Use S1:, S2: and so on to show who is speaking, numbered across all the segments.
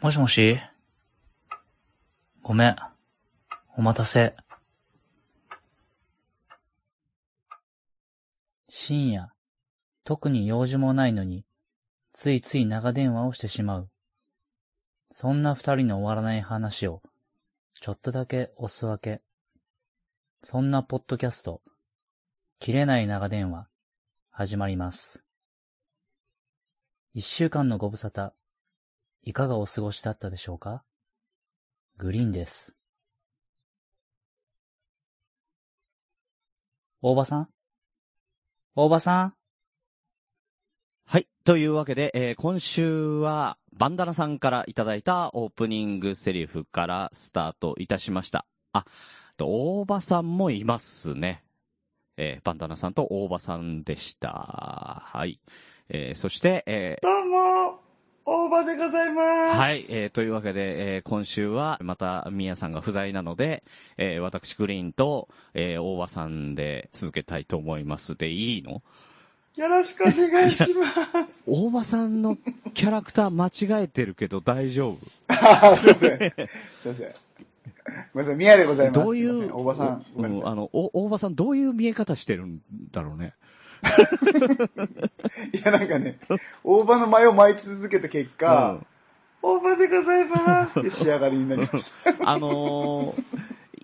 S1: もしもしごめん。お待たせ。深夜、特に用事もないのに、ついつい長電話をしてしまう。そんな二人の終わらない話を、ちょっとだけおすわけ。そんなポッドキャスト、切れない長電話、始まります。一週間のご無沙汰、いかがお過ごしだったでしょうかグリーンです。大場さん大場さん
S2: はい。というわけで、えー今週は、バンダナさんからいただいたオープニングセリフからスタートいたしました。あ、と大場さんもいますね。えーバンダナさんと大場さんでした。はい。えーそして、えー
S3: どうも、大場でございます。
S2: はい、えーというわけで、えー今週は、また、ミヤさんが不在なので、えー私、グリーンと、えー大場さんで続けたいと思います。で、いいの
S3: よろしくお願いします。
S2: 大場さんのキャラクター間違えてるけど大丈夫
S3: あー すいません。すいません。ごめんなさい、宮でございます。
S2: どうい
S3: すま
S2: う
S3: せ、
S2: ん
S3: 大場さん。ご
S2: う
S3: めんなさ
S2: ん、あの、お大場さんどういう見え方してるんだろうね。
S3: い。いや、なんかね、大場の前を舞い続けた結
S2: う
S3: 果、
S2: ん
S3: 大場でございますって仕上がりになりまし
S2: あのー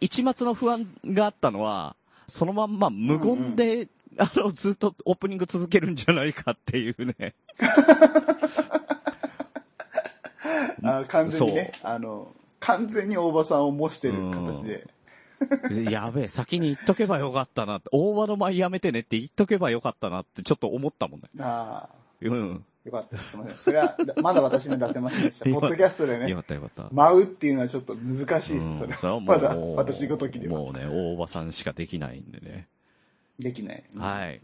S2: 一末の不安があったのは、そのまんま無言で、あの、ずっとオープニング続けるんじゃないかっていう ね。
S3: た。 あー完全にね、あの、完全に大場さんを模してる形で。
S2: やべえ、先に言っとけばよかったなって、大場の前やめてねって言っとけばよかったなってちょっと思ったもんね。
S3: ああ、
S2: うん。
S3: よかったです。すいません。それは、まだ私には出せません でした。ポッドキャストでね
S2: よか、ったよかった。
S3: 舞うっていうのはちょっと難しいです、それ
S2: うん
S3: は。
S2: れはも
S3: まだ私ごときでは
S2: もうね、大場さんしかできないんでね。
S3: できない。い。
S2: はい。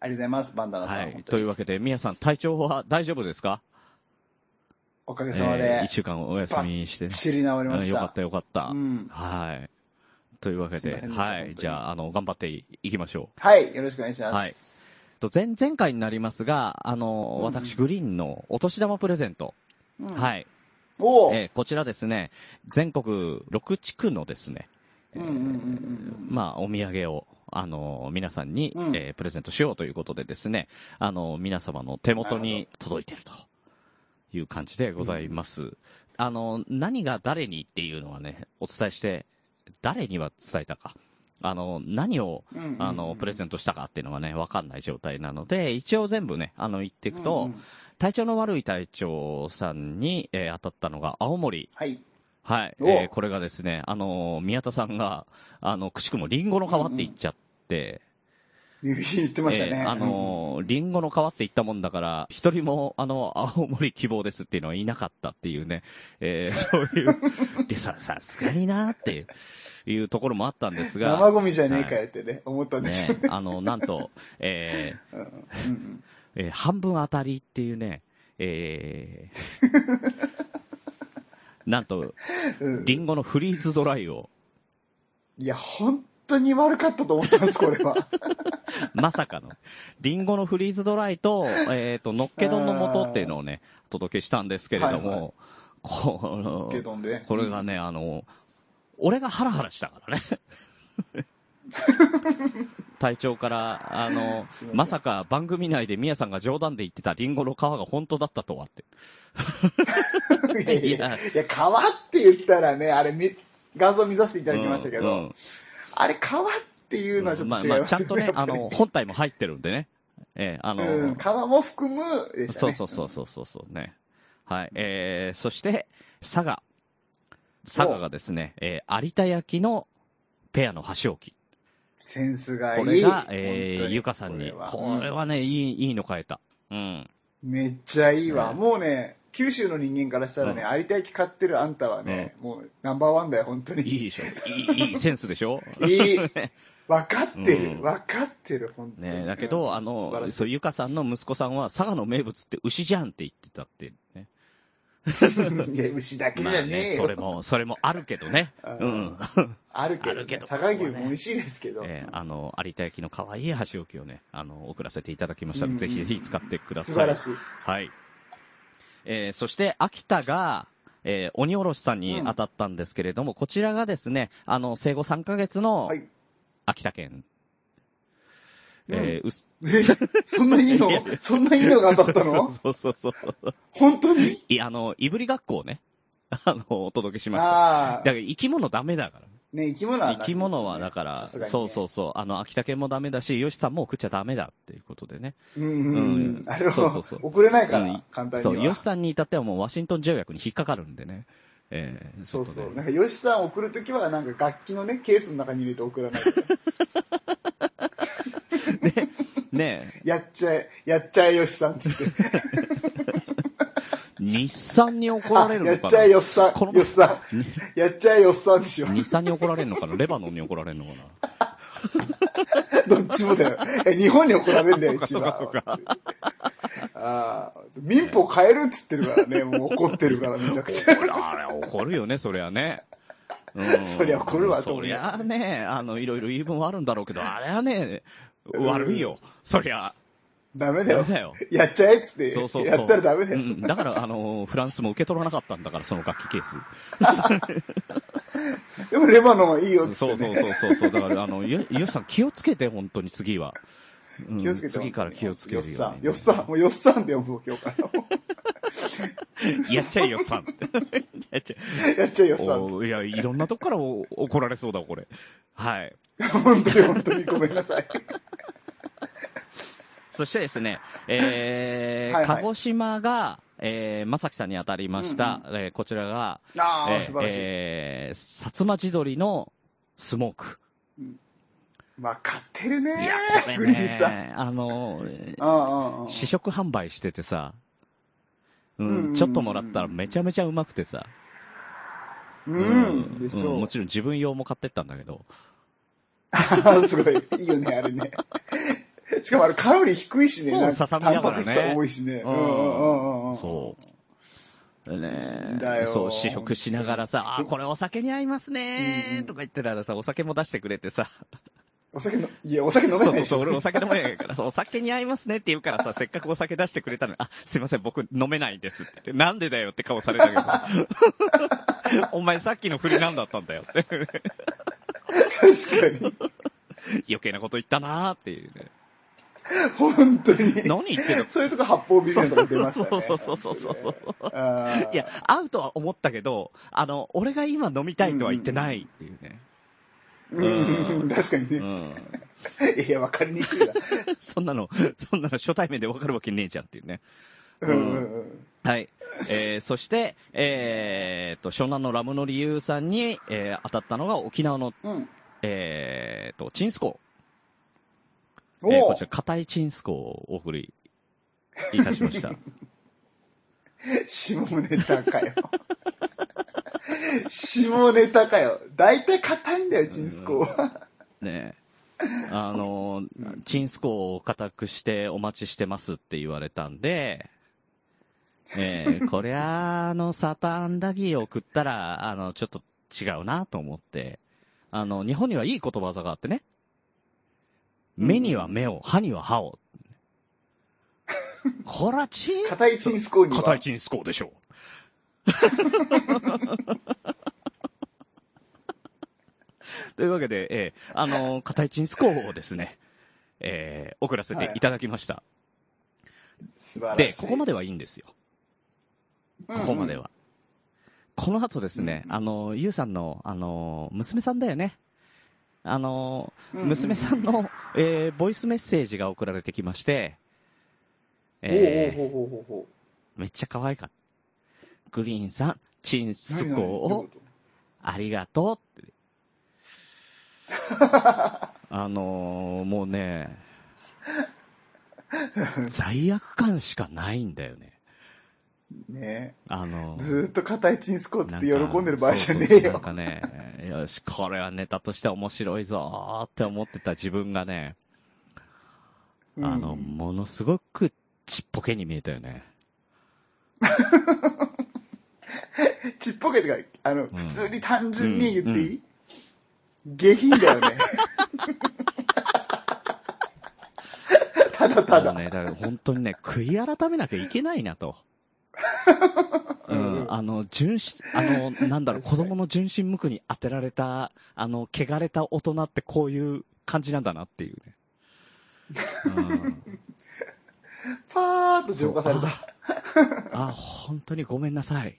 S3: ありがとうございます、バンダナさん。
S2: は
S3: 本
S2: い。
S3: 当
S2: と
S3: に
S2: いうわけで、みやさん、体調は大丈夫ですか
S3: おか
S2: え
S3: げさま
S2: ー
S3: で
S2: 一、週間お休みしてね。
S3: 知り直りまし
S2: うんよ
S3: た。
S2: かったよかった
S3: う。ん。
S2: はい。というわけ
S3: すいま
S2: で
S3: せん、でした
S2: は
S3: 本当
S2: い。
S3: に
S2: じゃあ、あの、頑張っていいきましょ
S3: はい、よろしくお願いします。
S2: はいう。と前、前回になりますが、あの、
S3: うんうん
S2: 私、グリーンのお年玉プレゼント。
S3: うん
S2: はい。
S3: おお、
S2: えーこちらですね、全国6地区のですね、えー
S3: うんうんうんうんうん
S2: まあ、お土産を、あのー皆さんに、
S3: うん
S2: えープレゼントしようということでですね、あのー皆様の手元
S3: なる
S2: に届いてるという感じでございます。あのー何が誰にっていうのはね、お伝えして、誰には伝えたか。あのー何を、
S3: うんうんうん
S2: あのープレゼントしたかっていうのがね、わかんない状態なので、一応全部ね、あの、言っていくと、
S3: うんうん
S2: 体調の悪い隊長さんに、えー当たったのが青森。
S3: はい。
S2: はい。え
S3: お
S2: ーこれがですね、あのー宮田さんが、あの、くしくもリンゴの皮って言っちゃって、
S3: 言ってましたね。
S2: えーあのーリンゴの皮って言ったもんだから、一人も、あの、青森希望ですっていうのはいなかったっていうね、えーそういう、 でさ、さすがになーっていういうところもあったんです
S3: うん生
S2: が、
S3: ゴミじゃねえかよってね、思ったん
S2: ね
S3: でしょうね。、
S2: あの、なんと、えー
S3: うんうん
S2: えー半分当たりっていうね、え ーなんと、
S3: うんうん
S2: リンゴのフリーズドライを、
S3: いや、本当に悪かったと思ったんです、こ れは。
S2: まさかの、リンゴのフリーズドライと、えっ、と、のっけ丼の素っていうのをね、お届けしたんですけれども、
S3: はいは
S2: この
S3: けどんで。
S2: これがね、あの、俺がハラハラしたからね。 隊長から、あの
S3: すいませ、ん
S2: まさか番組内でミヤさんが冗談で言ってたリンゴの皮が本当だったとはって。
S3: うん。いやい
S2: い
S3: や、
S2: や
S3: いや川って言ったらね、あれ、み画像見させていただきましたけど、
S2: うんうん
S3: あれ、川っていうのはちょっと違い
S2: まあまあ、
S3: ま
S2: ちゃ
S3: す
S2: んと
S3: よね。
S2: ね、
S3: や
S2: あ
S3: っぱり
S2: の、本体も入ってるんでね。えーあの、
S3: うん、川も含むでした
S2: そ
S3: ね。
S2: うそうそうそうそうそうね。はい。えー、そして、佐賀。佐賀がですね、えー、有田焼のペアの箸置き。
S3: センスがいい。
S2: これが、
S3: 本
S2: え
S3: 当
S2: ー、ゆかさんに。
S3: これは
S2: これはね、いい、いいの変えた。うん。
S3: めっちゃいいわ。
S2: ね
S3: もうね、九州の人間からしたらね、有田焼き買ってるあんたはね、もうナンバーワンだよ、本当に。
S2: いいでしょ。いい、いいセンスでし ょ
S3: いい。分かって
S2: うん
S3: る、分かってる、本当に。
S2: ねだけど、あ
S3: 素晴
S2: の、
S3: らし
S2: そう、ゆかさんの息子さんは、佐賀の名物って牛じゃんって言ってたって、ね。
S3: い。いや、牛だけじ
S2: ま
S3: ゃ
S2: あ
S3: ねえ
S2: ね、
S3: よ。
S2: それも、それもあるけど ね。
S3: あー
S2: うん。
S3: あるけど,、
S2: あるけど
S3: 佐賀牛も美味しいですけど。
S2: えーあの、有田焼の可愛い箸置きをね、あの、送らせていただきましたので、
S3: うんうん
S2: ぜひぜひ使ってください。
S3: 素晴らしい。
S2: はい。えーそして秋田が、えー鬼おろしさんに当たったんですけれども、こちらがですね、あの、生後3ヶ月の
S3: はい。
S2: 秋田県。 えーうす
S3: え、そんないいの
S2: いや
S3: そんないいのが当たったの
S2: そうそうそうそう。
S3: 本当に
S2: いあの、いぶり学校ね。 あの、お届けしました。
S3: あ
S2: だか
S3: あ。
S2: ら生き物ダメだから。
S3: ね、生き物はなし
S2: 生
S3: ですね
S2: き物はだから、
S3: さすがにね
S2: そうそうそう、あの、秋田県もダメだし、吉さんも食っちゃダメだっていうことでね。
S3: うんうんうん
S2: う。ん
S3: あれは
S2: そうそうそう
S3: 送れないか
S2: うん
S3: ら、簡単
S2: そう、
S3: に
S2: 吉
S3: は。
S2: さんに至ってはもうワシントン条約に引っかかるんでね。えー
S3: そうそ
S2: こ
S3: う。
S2: で
S3: なんか、ヨシさん送るときは、なんか楽器のね、ケースの中に入れて送らないと。
S2: ねえ
S3: やっちゃえ、やっちゃえヨシさんっ つって。
S2: 日産に怒られる
S3: や
S2: の
S3: っ
S2: か
S3: ちゃ
S2: な
S3: えヨッサ
S2: この
S3: ン。ヨッサ ン。やっちゃえヨッサンでしょ。
S2: 日産に怒られるのかなレバノンに怒られるのかな
S3: どっちもだよ。え、日本に怒られるんだよ、
S2: あ
S3: 一
S2: そう
S3: 番
S2: かそうか。
S3: ああ、民法変えるっつってるからね、もう怒ってるから、めちゃ くちゃ。
S2: 怒るあれ怒るよね、そりゃね。うん
S3: そりゃ怒るわと
S2: そ
S3: 思う
S2: りゃね、あの、いろいろ言い分はあるんだろうけど、あれはね、悪いよ。そりゃ、
S3: ダメ
S2: ダ
S3: だよ
S2: メ。だよ。
S3: やっちゃえっつって
S2: そうそう、そう
S3: やったらダメだ
S2: う
S3: よ。
S2: ん、だから、あのーフランスも受け取らなかったんだから、その楽器ケース。
S3: でもレバノンはいいよっつ
S2: そ
S3: っ
S2: う
S3: て
S2: そう
S3: ね。
S2: そうそうそう。だから、あの、よ、よっさん気をつけて、本当に次は。うん
S3: 気をつけて。
S2: 次から気をつけ
S3: よ
S2: る
S3: っ
S2: よ
S3: さ
S2: うに
S3: ん。よっさん。もうよっさんだよ、もう今日から。
S2: やっちゃえよっさんって。やっちゃ
S3: やっちゃえよっ
S2: え
S3: さんっつっ
S2: おいや、いろんなとこからお怒られそうだ、これ。はい。
S3: て。本当に本当にごめんなさい。
S2: そしてですね、えー
S3: はいはい
S2: 鹿児島が、えー、まさきさんに当たりました。えーこちらが、
S3: あ
S2: え
S3: あ、
S2: ー
S3: 素晴らしい。
S2: えー、薩摩地鶏のスモーク。
S3: まあ、買ってるね
S2: いや、これ
S3: グリーンさん。
S2: ね、あの、
S3: うんうんうん。
S2: 試食販売しててさ、う
S3: うんうんうんうん
S2: ん、ちょっともらったらめちゃめちゃうまくてさ、
S3: うん、でし
S2: うん
S3: ょ
S2: も
S3: う。
S2: ちろん自分用も買ってったんだけど、
S3: すごい。いいよね、あれね。しかもあれカロリー低いしね。
S2: そう
S3: なんか
S2: ささみだ
S3: タン
S2: か
S3: パ
S2: らね
S3: ク質が多いしね。
S2: う
S3: うんんうんうんうん。
S2: そう。ねえ
S3: だよ
S2: そう、試食しながらさ、あー、これお酒に合います
S3: うんう
S2: ね
S3: ん
S2: とか言ってたらさ、お酒も出してくれて さ、
S3: お酒の、いや、お酒飲め
S2: そ
S3: な
S2: うそう
S3: いでし
S2: そう、
S3: ょ。
S2: 俺お酒飲めないからさ、お酒に合いますねって言うからさ、せっかくお酒出してくれたのに、あ、すいません、僕飲めないんですって言って、なんでだよって顔されたけど、 お前さっきの振りなんだったんだよって。
S3: 確かに。
S2: 余計なこと言ったなーっていうね。
S3: 本当に。
S2: 何言ってんの
S3: そういうとこ八方美人とか出ました
S2: そう
S3: ね。
S2: そうそうそうそうそう。
S3: あー
S2: いや、合うとは思ったけど、あの、俺が今飲みたいとは言ってないっていうね。
S3: うん、確かに
S2: う
S3: ね。
S2: ん。
S3: いや、わかりにくいな。
S2: そんなの、そんなの初対面でわかるわけねえじゃん っていうね。
S3: うんうんうん。
S2: はい。えー、そして、えー、と、湘南のラムの理由さんに、えー、当たったのが沖縄の、
S3: うん。
S2: えー、と、チンスコ
S3: お
S2: えー、こ
S3: お
S2: ちら、硬いチンスコをお送りいたしました。
S3: 下ネタかよ。 下ネタかよ。大体硬いんだよ、チンスコは。
S2: ねえ。あのー
S3: うん
S2: チンスコを固くしてお待ちしてますって言われたんで、ええこりゃ、あの、サタンダギーを食ったら、あの、ちょっと違うなと思って、あの、日本にはいい言葉技があってね、目には目を、歯には歯を。こらち
S3: 硬いチンスコには。
S2: 硬いチンスコでし ょう。というわけで、えーあのー、硬いチンスコをですね、えー送らせていただきました。
S3: 素晴ら
S2: で、
S3: しい。
S2: ここまではいいんですよ。
S3: うんう
S2: こ
S3: ん
S2: こまでは。この後ですね、
S3: うんうん
S2: あのー、ゆうさんの、あのー、娘さんだよね。あのー、
S3: うう
S2: 娘さんの、えーボイスメッセージが送られてきまして、えー
S3: おうおうおうおうおうおう
S2: めっちゃ可愛かった。グリーンさん、チンスコをありがとうって。 あのー、もうね、罪悪感しかないんだよね。
S3: 何ね
S2: あのー、
S3: ずーっと硬いチンスコっつ
S2: な
S3: っ
S2: ん
S3: て
S2: か
S3: 喜んでる場合じゃね
S2: そう
S3: え
S2: そうそうなん
S3: よ。
S2: かね、よし、これはネタとして面白いぞーって思ってた自分がね、
S3: うん
S2: あの、ものすごくちっぽけに見えたよね。
S3: ちっぽけとか、あの、
S2: ん
S3: 普通に単純に言っていい下品 だよね。ただた
S2: も
S3: だ。
S2: うね、だから本当にね、悔い改めなきゃいけないなと。うんあの、純真、あの、なんだろう、子供の純真無垢に当てられた、あの、汚れた大人ってこういう感じなんだなっていうね。うん
S3: パーッと浄化された。
S2: あ、あ本当にごめんなさい。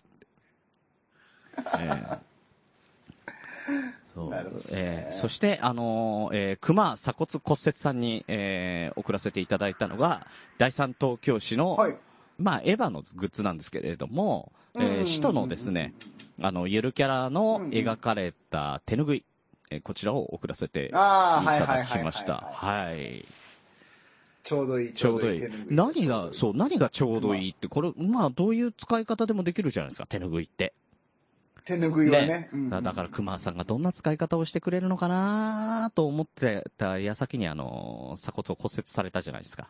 S2: ええそう
S3: なるほどね
S2: ええそして、あのーええ熊鎖骨骨折さんに、ええ送らせていただいたのが、第三東京市の、
S3: はい。
S2: まあ、エヴァのグッズなんですけれども、ええ使徒のですね、あの、ゆるキャラの描かれた手拭い、ええこちらを送らせていた
S3: ああ、はいはい
S2: だ
S3: はい
S2: き
S3: はい
S2: ました。
S3: はい
S2: はい。
S3: ちょうどいい、
S2: ちょうどいい
S3: 手拭。
S2: 何が、そう、何がちょうどいいって、これ、まあ、どういう使い方でもできるじゃないですか、手拭いって。
S3: 手ぬぐいはね。
S2: ね
S3: うん
S2: だだから、熊さんがどんな使い方をしてくれるのかなと思ってた矢先に、あの、鎖骨を骨折されたじゃないです か。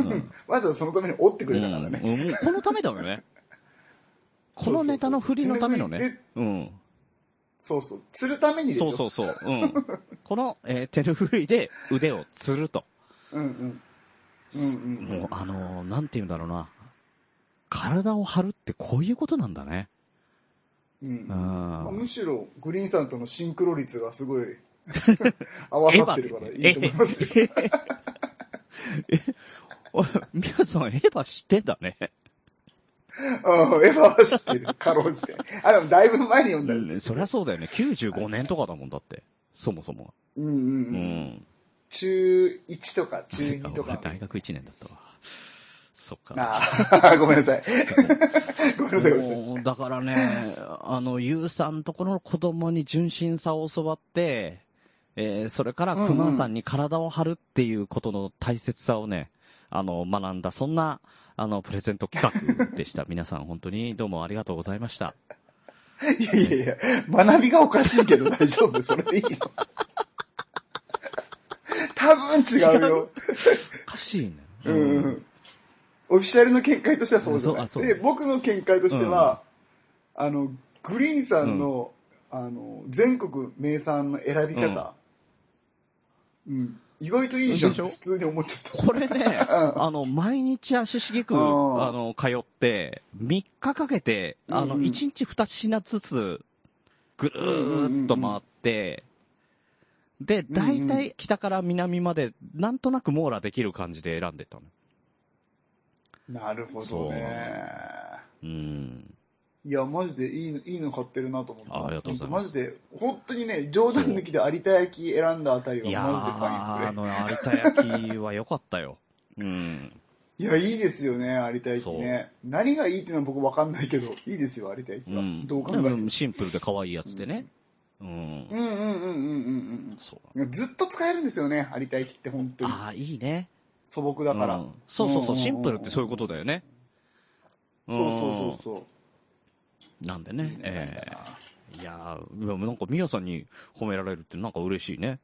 S2: うん
S3: わざわざそのために折ってくれたからね。
S2: うんもうこのためだよ ね。このネタの振りのための
S3: 手拭い
S2: ね。
S3: で。
S2: うん。
S3: そうそう。釣るためにでしょ。
S2: そうそうそう。うん。 この、えー手拭いで腕をつると。
S3: うんうん。うんうん。
S2: もう、あのーなんて言うんだろうな。体を張るってこういうことなんだね。
S3: うん
S2: う
S3: まあ
S2: ん
S3: む。しろ、グリーンさんとのシンクロ率がす ごい合わさってるからいいと思いますよ。
S2: えおい皆さん、エヴァ知ってんだね。
S3: うん、エヴァは知ってる。かろうじて。あ、でもだいぶ前に読んだよ。
S2: うんそりゃそうだよね。95年とかだもんだって。そもそもは。
S3: うんうん
S2: う
S3: うん。
S2: ん。
S3: 中1とか中2と
S2: あ
S3: か
S2: 俺。大学1年だったわ。そっか。
S3: ああ、 ごめんなさい。ごめんなさい、ごめんなさい。
S2: もうだからね、 あの、ゆうさんとこの子供に純真さを教わって、えーそれから
S3: うんうん
S2: 熊さんに体を張るっていうことの大切さをね、あの、学んだ、そんな、あの、プレゼント企画でした。皆さん本当にどうもありがとうございました。
S3: いやいやいや、学びがおかしいけど大丈夫それでいいよ。多分違うよ。
S2: おかしいね。
S3: うんうん。オフィシャルの見解としてはそうじゃな
S2: あ
S3: い。
S2: そうあそう
S3: で、僕の見解としては、あの、グリーンさんの、あの、全国名産の選び方、うん、意外といいじゃんって
S2: でしょ
S3: 普通に思っちゃっ
S2: これね、
S3: た。
S2: あの、毎日足しげく、
S3: う
S2: あ
S3: ん
S2: の、通って、3日かけて、あの、
S3: うんう
S2: 1
S3: ん
S2: 日2品ずつ、ぐるーっと回って、で、
S3: うんう
S2: 大
S3: ん
S2: 体北から南まで、なんとなく網羅できる感じで選んでったの。
S3: なるほどね。
S2: うん。
S3: いや、マジでいいの、いいの買ってるなと思った。
S2: あありがとうございます
S3: マジで、本当にね、冗談抜きで有田焼き選んだあたり
S2: いや
S3: はマジでファインプレ
S2: ー、あの、有田焼きは良かったよ。うん。
S3: いや、いいですよね、有田焼きね。何がいいっていうのは僕わかんないけど、いいですよ、有田焼きは。
S2: うん。
S3: どう考えても。
S2: うんシンプルで可愛いやつでね。うん
S3: う。んうんうんうんうん
S2: そうだ。
S3: うん。ずっと使えるんですよね、有田焼きって本当に。
S2: ああ、いいね。
S3: 素朴だから。
S2: うんそうそうそう、
S3: うんうんうんうん
S2: シンプルってそういうことだよね。
S3: そうそうそう
S2: うん。なんで
S3: そう。
S2: ね、ええいやーでもなんか、みやさんに褒められるってなんか嬉しいね。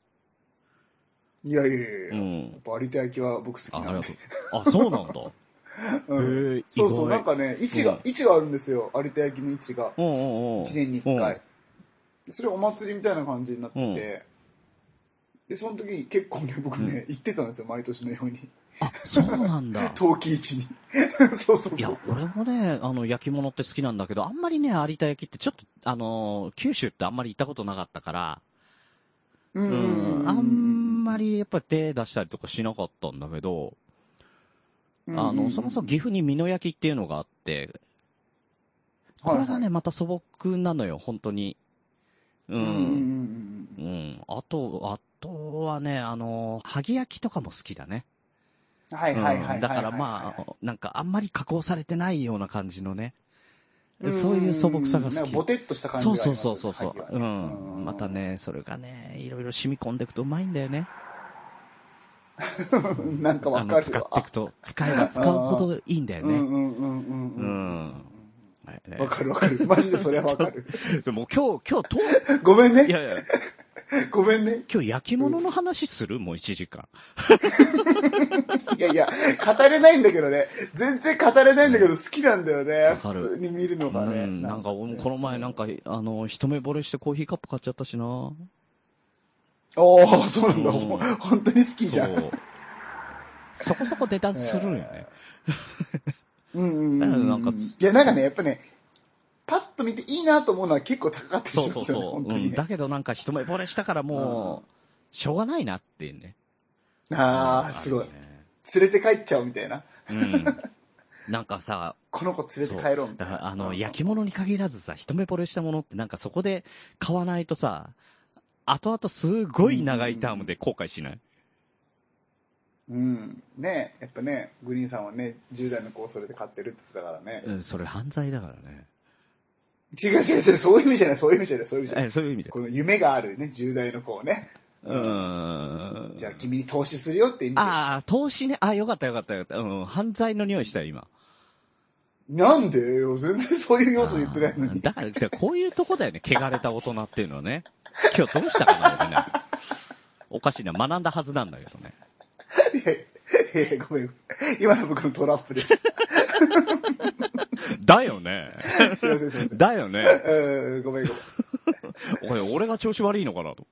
S3: いやいやいやいうや。やっ
S2: ん。
S3: ぱ有田焼きは僕好
S2: あ、あ
S3: き
S2: り
S3: な
S2: が
S3: ん
S2: と
S3: で。
S2: う。あ、そうなんだ。
S3: うん
S2: へえ、意
S3: そ
S2: 外
S3: うそう、なんかね、位置が、位置があるんですよ、有田焼きの位置が。
S2: うんうんうん。
S3: 1年に1回。それお祭りみたいな感じになってて。で、その時に結構ね、僕ね、行ってたんですよ、毎年のように。
S2: あ、そうなんだ。
S3: 陶器市に。 そうそう
S2: いや
S3: そう。、
S2: 俺もね、あの、焼き物って好きなんだけど、あんまりね、有田焼きってちょっと、あのー九州ってあんまり行ったことなかったから、
S3: う
S2: うん
S3: うんうん
S2: あんまりやっぱり手出したりとかしなかったんだけど、あの、そもそも岐阜に美濃焼きっていうのがあって、これがね、また素朴なのよ、本当に。う。
S3: うんうんうんん
S2: うん。あと、あとはね、あの、萩焼きとかも好きだね。
S3: うん。はいはいはいはいは
S2: う
S3: い。
S2: んだからまあ、なんかあんまり加工されてないような感じのね。
S3: んんん、
S2: そういう素朴さが好
S3: なんか
S2: き。
S3: ボテッとした感じ
S2: そ
S3: があ
S2: う
S3: ります
S2: そう
S3: よね
S2: そうそうそう、
S3: 鍵は
S2: う
S3: ね
S2: ん。また。ね、それがね、いろいろ染み込んでいくとうまいんだよね。
S3: うん なんかわかる
S2: あの使。
S3: わ
S2: っていくと、使えば使うほどいいんだよ
S3: うん
S2: ね。
S3: うんうんうんうん。
S2: はいね
S3: わかるわかる。マジでそれはわか る。
S2: でも今日、今日、と、
S3: ごめ ん
S2: い
S3: ね。
S2: やいや、
S3: ごめんね。
S2: 今日焼き物の話するもう1時間。
S3: いやいや、語れないんだけどね。全然語れないんだけど好きなんだよね。
S2: わかる
S3: 普通に見るのが
S2: う
S3: ね。
S2: ん、なんか、俺もこの前なんか、あの、一目惚れしてコーヒーカップ買っちゃったしな。
S3: おおそうなんだ。
S2: うん
S3: 本当に好きじゃん。
S2: そう。そこそこ出たするんよね。
S3: うんうんう
S2: だ
S3: ん
S2: から
S3: うん。
S2: なんか
S3: いや、なんかね、やっぱね、パッと見ていいなと思うのは結構高かったり
S2: そう
S3: し
S2: そ
S3: ま
S2: う
S3: すよね、
S2: そ
S3: 本
S2: う。
S3: 当
S2: う
S3: に
S2: ん。
S3: ね。
S2: だけどなんか一目惚れしたからもう、しょうがないなっていうね。
S3: ああ、すごい。連れて帰っちゃうみたいな。
S2: あるね。うん。なんかさ、
S3: この子連れて帰ろうみた
S2: だ
S3: い
S2: から
S3: な。
S2: あの、
S3: うん
S2: 焼き物に限らずさ、一目惚れしたものってなんかそこで買わないとさ、後々すごい長いタームで後悔しない
S3: うん。ねやっぱね、グリーンさんはね、10代の子をそれで買ってるって言ってたからね。
S2: うん、それ犯罪だからね。
S3: 違う違う違う、そういう意味じゃない、そういう意味じゃない、そう いう意味じゃない。
S2: え、そういう意味で。
S3: この夢があるね、10代の子をね。
S2: うん。
S3: じゃあ君に投資するよって意味で。
S2: ああ、投資ね。ああ、よかったよかったよかった。うん、犯罪の匂いしたよ、今。
S3: なんでよ、全然そういう要素言ってないの
S2: あー
S3: に。
S2: だから、だからこういうとこだよね。汚れた大人っていうのはね。今日どうしたかな、俺ね。おかしいな。学んだはずなんだけどね。
S3: いやいやいや、ごめん。今の僕のトラップです。
S2: だよね。
S3: すいません、すいません。
S2: だよね。
S3: うんごめんごめん。
S2: おい、俺が調子悪いのかなと。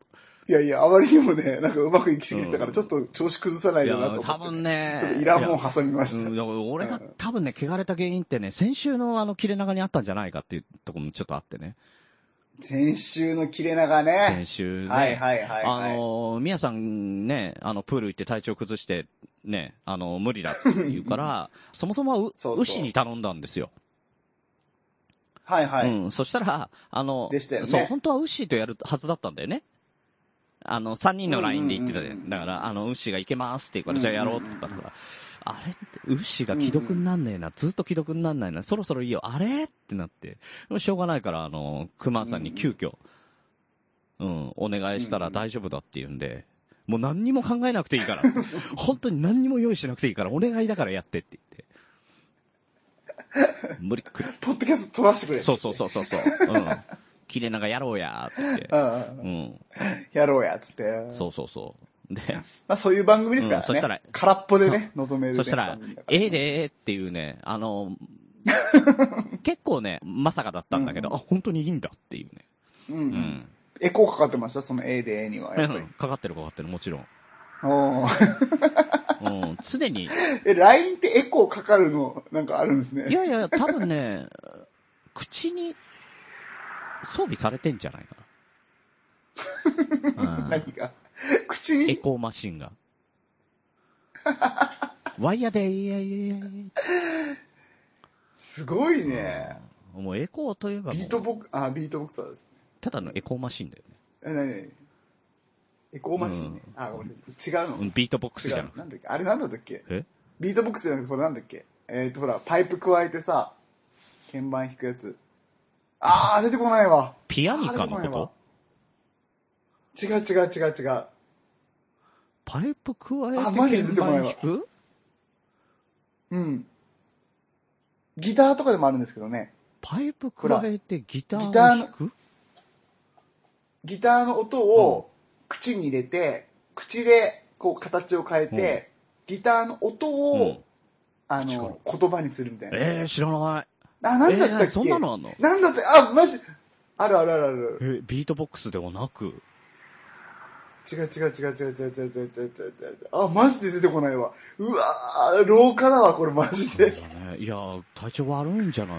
S3: いやいや、あまりにもね、なんかうまくいきすぎてたか
S2: う
S3: ら、
S2: ん
S3: ちょっと調子崩さないい
S2: や
S3: だなと思って。
S2: 多分ね
S3: ちょっといらんもん
S2: い
S3: 挟みま
S2: う
S3: した。
S2: ん、だから俺が
S3: うん
S2: 多分ね、汚れた原因ってね、先週のあの切れ長にあったんじゃないかっていうところもちょっとあってね。
S3: 先週の切れ長
S2: 先
S3: ね。
S2: 週ね。
S3: はいはいはいはい。
S2: あのー、宮さんね、あの、プール行って体調崩して、ね、あの、無理だって言う から、そもそもはう、
S3: そうそう
S2: 牛に頼んだんですよ。
S3: はいはい。
S2: うん。そしたら、あの、
S3: でしたよね
S2: そう、本当はウッシーとやるはずだったんだよね。あの、3人の LINE で言ってたじゃ。
S3: うんうんうんん
S2: だから、あの、ウッシーが行けますって言うから、
S3: うん
S2: じ
S3: う
S2: ゃ
S3: ん
S2: あ
S3: うん
S2: やろうって言ったらさ、あれって、ウッシーが既読になんねえな、ずっと既読になんないな、そろそろいいよ、あれってなって、しょうがないから、あの、熊さんに急遽、うん、お願いしたら大丈夫だって言うんで、もう何にも考えなくていい から、本当に何にも用意しなくていいから、お願いだからやってって言って。無理くり
S3: ポッドキャスト撮らせてくれ。
S2: そうそうそうそうそう。うん。切れ長やろうやー って
S3: う。
S2: 言って。うんん。
S3: やろうや、つって。
S2: そうそうそう。で、
S3: まあそういう番組ですから
S2: うん
S3: ね。
S2: そしたら
S3: 空っぽでね、望めるね。
S2: そしたら
S3: 番組だ、から
S2: ええでーっていうね、あの、結構ね、まさかだったんだけど、
S3: うん
S2: あ、本当にいいんだっていうね。
S3: うん
S2: う
S3: うん。
S2: ん。
S3: エコーかかってましたその A で A には。やっぱり。
S2: かかってるかかってる、もちろん。
S3: おー
S2: うん。常に、い
S3: え、LINE ってエコーかかるの、なんかあるんですね。
S2: やいや、多分ね、口に装備されてんじゃないかな。うん
S3: 何が。口
S2: エ
S3: に、
S2: コーマシン が。ワイヤーで、いやいやいや
S3: すごいね。
S2: うんもうエコーといえばもう
S3: ビートボク、あ、ビートボクサーです。
S2: ただのエコーマシンだよね。
S3: え、なになにエコーマシンね。あ、ごめんなさい。違うの
S2: う。んビートボックスじ
S3: 違
S2: ゃ
S3: うの
S2: ん。
S3: なんだっけあれなんだったっけ
S2: え
S3: ビートボックスじゃなくて、これなんだっけえっ、と、ほら、パイプ加えてさ、鍵盤弾くやつ。あー、出てこないわ。
S2: ピアニ
S3: あー出
S2: カ
S3: てこ
S2: の
S3: ないわ
S2: こ
S3: 違う違う違う違う。
S2: とパイプ加え
S3: あマジ
S2: て
S3: で
S2: 鍵
S3: 出てこない
S2: 盤
S3: わ
S2: 弾く
S3: うん。ギターとかでもあるんですけどね。
S2: パイプ加えてギターを
S3: ギターの
S2: 弾く
S3: ギターの音を口に入れて、口でこう形を変えて、ギターの音を、
S2: うん
S3: あ
S2: 口から
S3: の、言葉にするみたいな。
S2: えー、知らない。
S3: あ、なんだったっけ、
S2: えーそんなのあんの
S3: なんだって、あ、マジ、あるあるあるあ
S2: え
S3: る。
S2: ー、ビートボックスではなく、
S3: 違う違う違う違う違う違う違う違う違う違う。あ、マジで出てこないわ。うわー、廊下だわ、これマジ
S2: そうだ
S3: で。
S2: ね。いやー、体調悪いんじゃない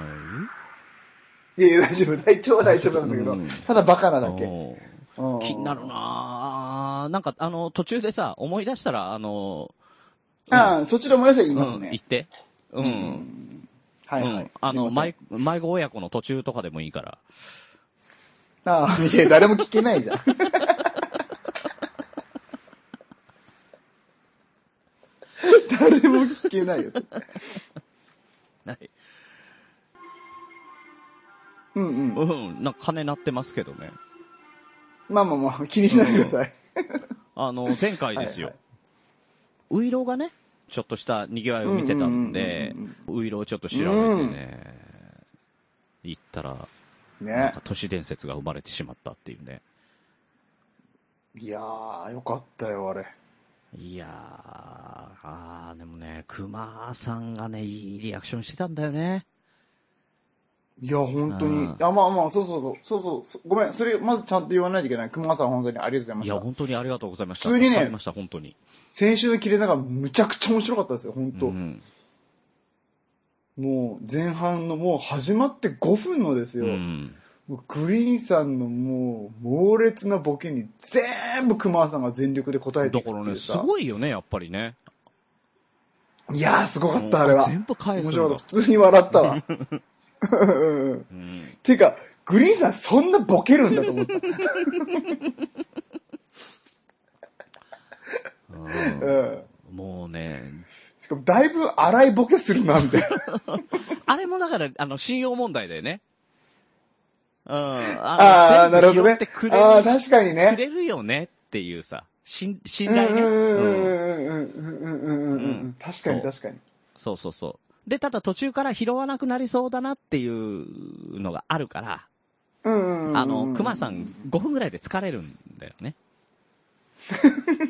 S3: いやいや、大丈夫、大丈夫、大丈夫なんだけど。
S2: うん
S3: ただバカなだけ。
S2: おー
S3: うん
S2: 気になるなーなんか、あの、途中でさ、思い出したら、あの、
S3: ああ、そちらも皆さん言います
S2: うん、
S3: ね
S2: 行。って。う。
S3: うんん。はいは
S2: うん
S3: い。
S2: あの、
S3: すいません
S2: 迷迷子親子の途中とかでもいいから。
S3: ああ、いや、誰も聞けな いじゃん。誰も聞けないよ、それ
S2: はい
S3: うんうん。
S2: うん、なんか金鳴ってますけどね。
S3: まあまあまあ、気にしないでください。
S2: あ の、前回ですよ
S3: はい。
S2: ウイローがね、ちょっとした賑わいを見せたんで
S3: う、んうん
S2: ウイローをちょっと調べてね、行ったら、
S3: うんうん
S2: なん
S3: ね
S2: か。都市伝説が生まれてしまったっていうね。
S3: いやー、よかったよ、あれ。
S2: いやー、あーでもね、熊さんがね、いいリアクションしてたんだよね。
S3: いや、本当に
S2: う。ん
S3: あ、まあまあ、そうそうそう、そうそう、ごめん、それ、まずちゃんと言わないといけない。熊さん、本当にありがとうご
S2: いや、
S3: ざいました。
S2: 本当にありがとうございました。
S3: 普通にね
S2: 助かりました、本当に。
S3: 先週の切れ長、むちゃくちゃ面白かったですよ、本当。
S2: うん
S3: もう前半のもう始まって5分のですよ。
S2: うん。
S3: もうグリーンさんのもう猛烈なボケに全部熊さんが全力で答えて
S2: だ
S3: いく
S2: か
S3: っ
S2: ら
S3: てい
S2: ね、
S3: う
S2: す
S3: さ。
S2: ごいよね、やっぱりね。
S3: いやーすごかった、あれは。
S2: 全部返す
S3: 面
S2: ん
S3: 白か
S2: だ
S3: っ。た。普通に笑っ たわ。うんうん
S2: うん。
S3: てか、グリーンさんそんなボケるんだと 思った。
S2: うん
S3: うん。
S2: もうね、
S3: しかもだいぶ荒いボケするな、みたいな。
S2: あれもだから、あの、信用問題だよね。うん。
S3: あ
S2: あ
S3: あ、なるほど
S2: っ
S3: ね
S2: てく。れ
S3: ああ、
S2: る
S3: 確かに
S2: く
S3: ね。
S2: れるよねっていうさ、信信
S3: うんう
S2: 頼ね。
S3: んう
S2: うん
S3: んうんうんうんうんうんうんうん。確かに
S2: そう
S3: 確かに。
S2: そうそうそう。で、ただ途中から拾わなくなりそうだなっていうのがあるから、
S3: うんうんうんうん。
S2: あの、熊さん5分ぐらいで疲れるんだよね。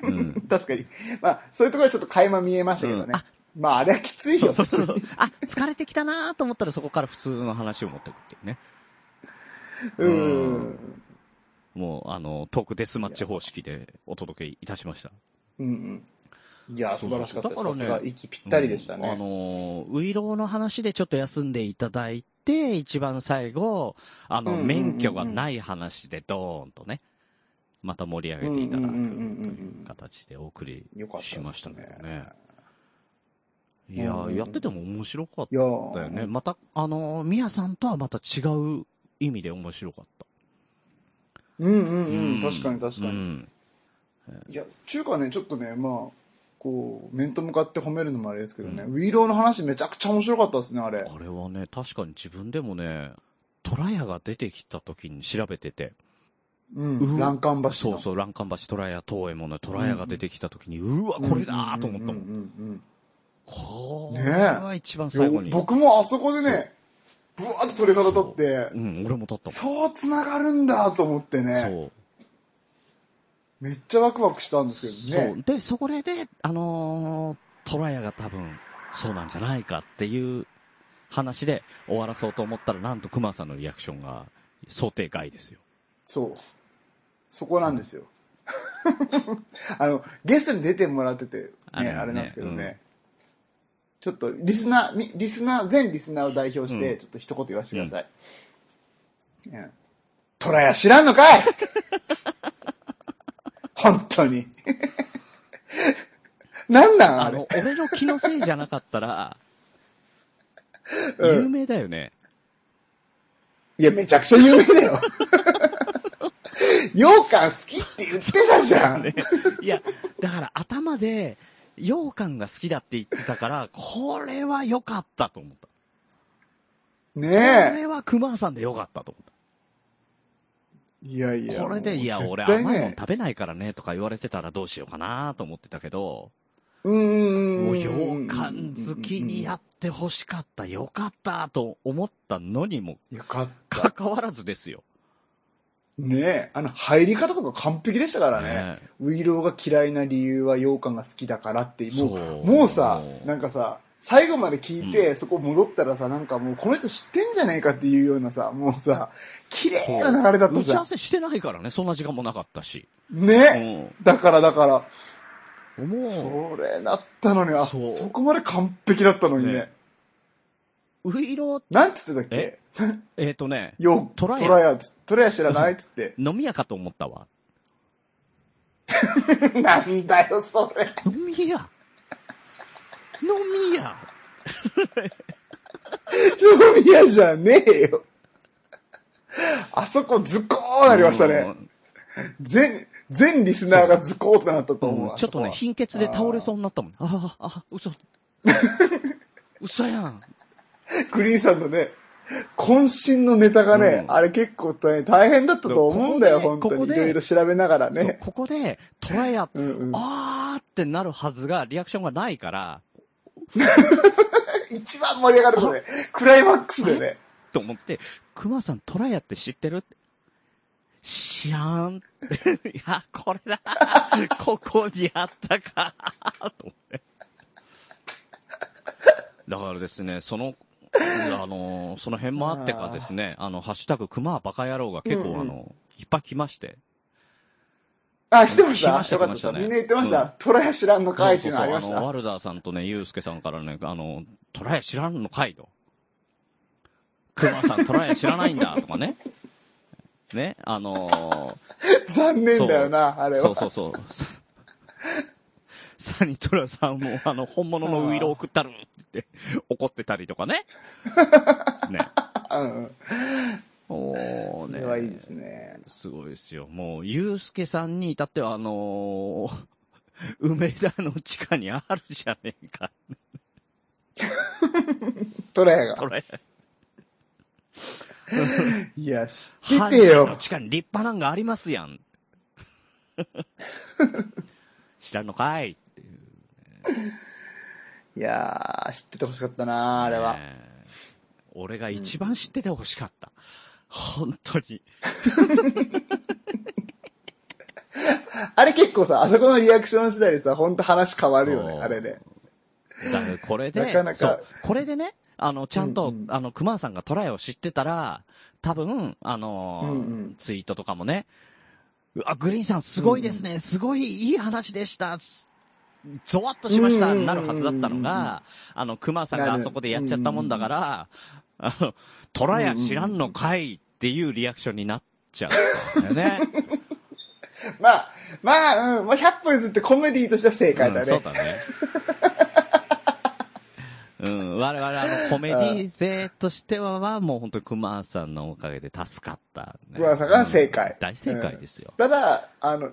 S2: うん。
S3: 確かに。まあ、そういうところはちょっと垣間見えましたけど
S2: う
S3: ね
S2: んあ。
S3: まあ、あれはきつ い
S2: そ
S3: よ
S2: う。そうそう。あ、疲れてきたなーと思ったらそこから普通の話を持ってくっていうね。
S3: うん。
S2: もう、あの、トークデスマッチ方式でお届けいたしました。
S3: うんうん。いや、
S2: そ
S3: 素
S2: う
S3: 晴らしかったです。
S2: だから
S3: さ
S2: ね
S3: すが、息ぴったりでした
S2: うんあの
S3: ね。
S2: ーウイローの話でちょっと休んでいただいて、一番最後、あの、
S3: うんうんうん
S2: 免許がない話でドーンとね、また盛り上げていただくと
S3: うんうんうんうんうん
S2: いう形でお送り
S3: よかったです
S2: し
S3: ね
S2: ましたけどね。いや
S3: うんうんう
S2: ー、
S3: ん
S2: やってても面白かっ
S3: いや
S2: たよね。
S3: ー
S2: また、あのー、ミヤさんとはまた違う意味で面白かった。
S3: うんうんうん。確かに確か
S2: う
S3: に。
S2: ん
S3: いや、中華ね、ちょっとね、まあ、こう、面と向かって褒めるのもあれですけどね、ウィーローの話めちゃくちゃ面白かったですね、あれ。
S2: あれはね、確かに自分でもね、トラヤが出てきた時に調べてて、
S3: うん。
S2: う
S3: 欄干橋の。
S2: そうそう、欄干橋、トラヤ、東衛門のトラヤが出てきたときに、うわ、
S3: うんうんうんうんう
S2: これ
S3: ん。
S2: だーと思ったもん。
S3: ん。
S2: こ
S3: ねえ
S2: れは一番最後に。
S3: いや僕もあそこでね、ぶわーっと鳥肌立って
S2: う、ん、俺も立ったもん。
S3: そう繋がるんだと思ってね、
S2: そう。
S3: めっちゃワクワクしたんですけど
S2: そ
S3: ね。
S2: う。で、そこで、あのー、トラヤが多分、そうなんじゃないかっていう話で終わらそうと思ったら、なんと熊さんのリアクションが想定外ですよ。
S3: そう。そこなんですよ。 あの、ゲストに出てもらってて、
S2: あれ
S3: ね、
S2: ね
S3: あれなんですけど
S2: う
S3: ね。ちょっと、リスナーみ、リスナー、全リスナーを代表し
S2: う
S3: て、
S2: ん
S3: ちょっと一言言わせてください。うんトラヤ知らんの かい本当に。なんなんあ
S2: あ
S3: れ
S2: の、俺の気のせいじゃなかったら、
S3: うん
S2: 有名だよね。
S3: いや、めちゃくちゃ有名だよ。 羊羹好きって言ってたじゃん。
S2: ね いや、だから頭で、羊羹が好きだって言ってたから、これは良かったと思った。こ
S3: ね
S2: れは熊さんで良かったと思っ
S3: え。いやい
S2: た。
S3: や。
S2: これで、いや、
S3: もう
S2: 俺
S3: 絶対
S2: 甘いもん食べないからね、とか言われてたらどうしようかなと思ってたけど、
S3: うんうん
S2: も
S3: う。
S2: うん羊羹好きにやって欲しかった、良かった、と思ったのにも
S3: よかった。
S2: かかわらずですよ。
S3: ねえ。あの、入り方とか完璧でしたからね。
S2: ね
S3: ウイローが嫌いな理由は羊羹が好きだからって、も
S2: そう
S3: う、もうさ
S2: も、う
S3: なんかさ、最後まで聞いて、そこ戻ったらさ、なんかもうこの人知ってんじゃねえかっていうようなさ、もうさ、綺麗な流れだった
S2: 打
S3: じ
S2: ち合
S3: ゃ
S2: わ
S3: ん。
S2: せしてないからね、そんな時間もなかったし。
S3: ね
S2: う
S3: だからだから、
S2: ん。も
S3: それだったのに、あ
S2: そ
S3: そうこまで完璧だったのにね。
S2: ねう、ウイロー、
S3: なんつってたっけ
S2: えっとね、
S3: よ、
S2: トライア
S3: トライア、トライア知らないっつ って。
S2: 飲み屋かと思ったわ。
S3: なんだよ、それ。
S2: 飲み屋飲み屋
S3: ルミアじゃねえよ。あそこズコーなりましたね。全、全リスナーがズコーとなったと
S2: うん。
S3: 思う。
S2: ちょっとね、貧血で倒れそうになったもん。ああ、あ、 嘘。嘘やん。
S3: クリーンさんのね、渾身のネタがね、
S2: うん
S3: あれ結構大変大変だったと思うんだよ、
S2: ここで
S3: 本当
S2: ここ
S3: に。い
S2: で
S3: ろいろ調べながら
S2: そう
S3: ね。
S2: ここで、トライア、
S3: うんうん、
S2: あーってなるはずが、リアクションがないから、
S3: 一番盛り上がるとね、クライマックスでね。
S2: と思って、熊さんトライアって知ってる知らん。 いや、これだ。 ここにあったか。と思って。だからですね、その、あの、その辺もあってかですね、あの、ハッシュタグ熊はバカ野郎が結構、
S3: うんうん
S2: あの、いっぱい来まして。
S3: あ、来てまし
S2: 来
S3: た
S2: ました
S3: よかっ
S2: 来
S3: た
S2: ましたね
S3: みんな言ってました。
S2: うん
S3: トラヤ知らんのかいっていうのあり
S2: あ
S3: まし
S2: の、
S3: た。
S2: ワルダーさんとね、ユうスケさんからね、あの、トライア知らんのかいと。熊さんトライア知らないんだとかね。ね、あの
S3: 残念だよな、あ
S2: ー
S3: れは。
S2: そうそうそう。さサニトラさんも、あの、本物のウイロ送ったるって怒ってたりとか ね。ね。
S3: うんうん。
S2: お
S3: そ
S2: ーね。
S3: れはいいですね。
S2: すごいですよ。もう、ゆうすけさんに至っては、あのー 梅田の地下にあるじゃねえか。
S3: トラヤが。
S2: トライア
S3: いや、知っ
S2: 阪
S3: て
S2: 神
S3: て
S2: の
S3: よ。
S2: 地下に立派なんがありますやん。 知らんのかい。
S3: いやー、知っててほしかったな、あれは。
S2: ねえ。俺が一番知ってて欲しかった。本当に。
S3: あれ結構さ、あそこのリアクション次第でさ、ほんと話変わるよね、
S2: そう
S3: あれね。
S2: だからこれで、
S3: なかなか
S2: そう、これでね、あの、ちゃんと、
S3: うんうん
S2: あの、熊さんがトライを知ってたら、多分、あのー
S3: うんうん
S2: ツイートとかもね、うわ、グリーンさんすごいですね、すごいいい話でした、すゾワッとしました、
S3: うんうんうんうん
S2: なるはずだったのが、あの、熊さんがあそこでやっちゃったもんだから、あの、トライは知らんのかいっていうリアクションになっちゃったんだよね。
S3: まあ、まあ、うん、まあ、100分ずってコメディとしては正解だ
S2: うん、そう
S3: ね。
S2: だね。うん、我々、あの、コメディ勢としては、はもう本当に熊さんのおかげで助かった、ね。
S3: 熊さんが正解
S2: うん大正解ですよ。
S3: ただ、あの、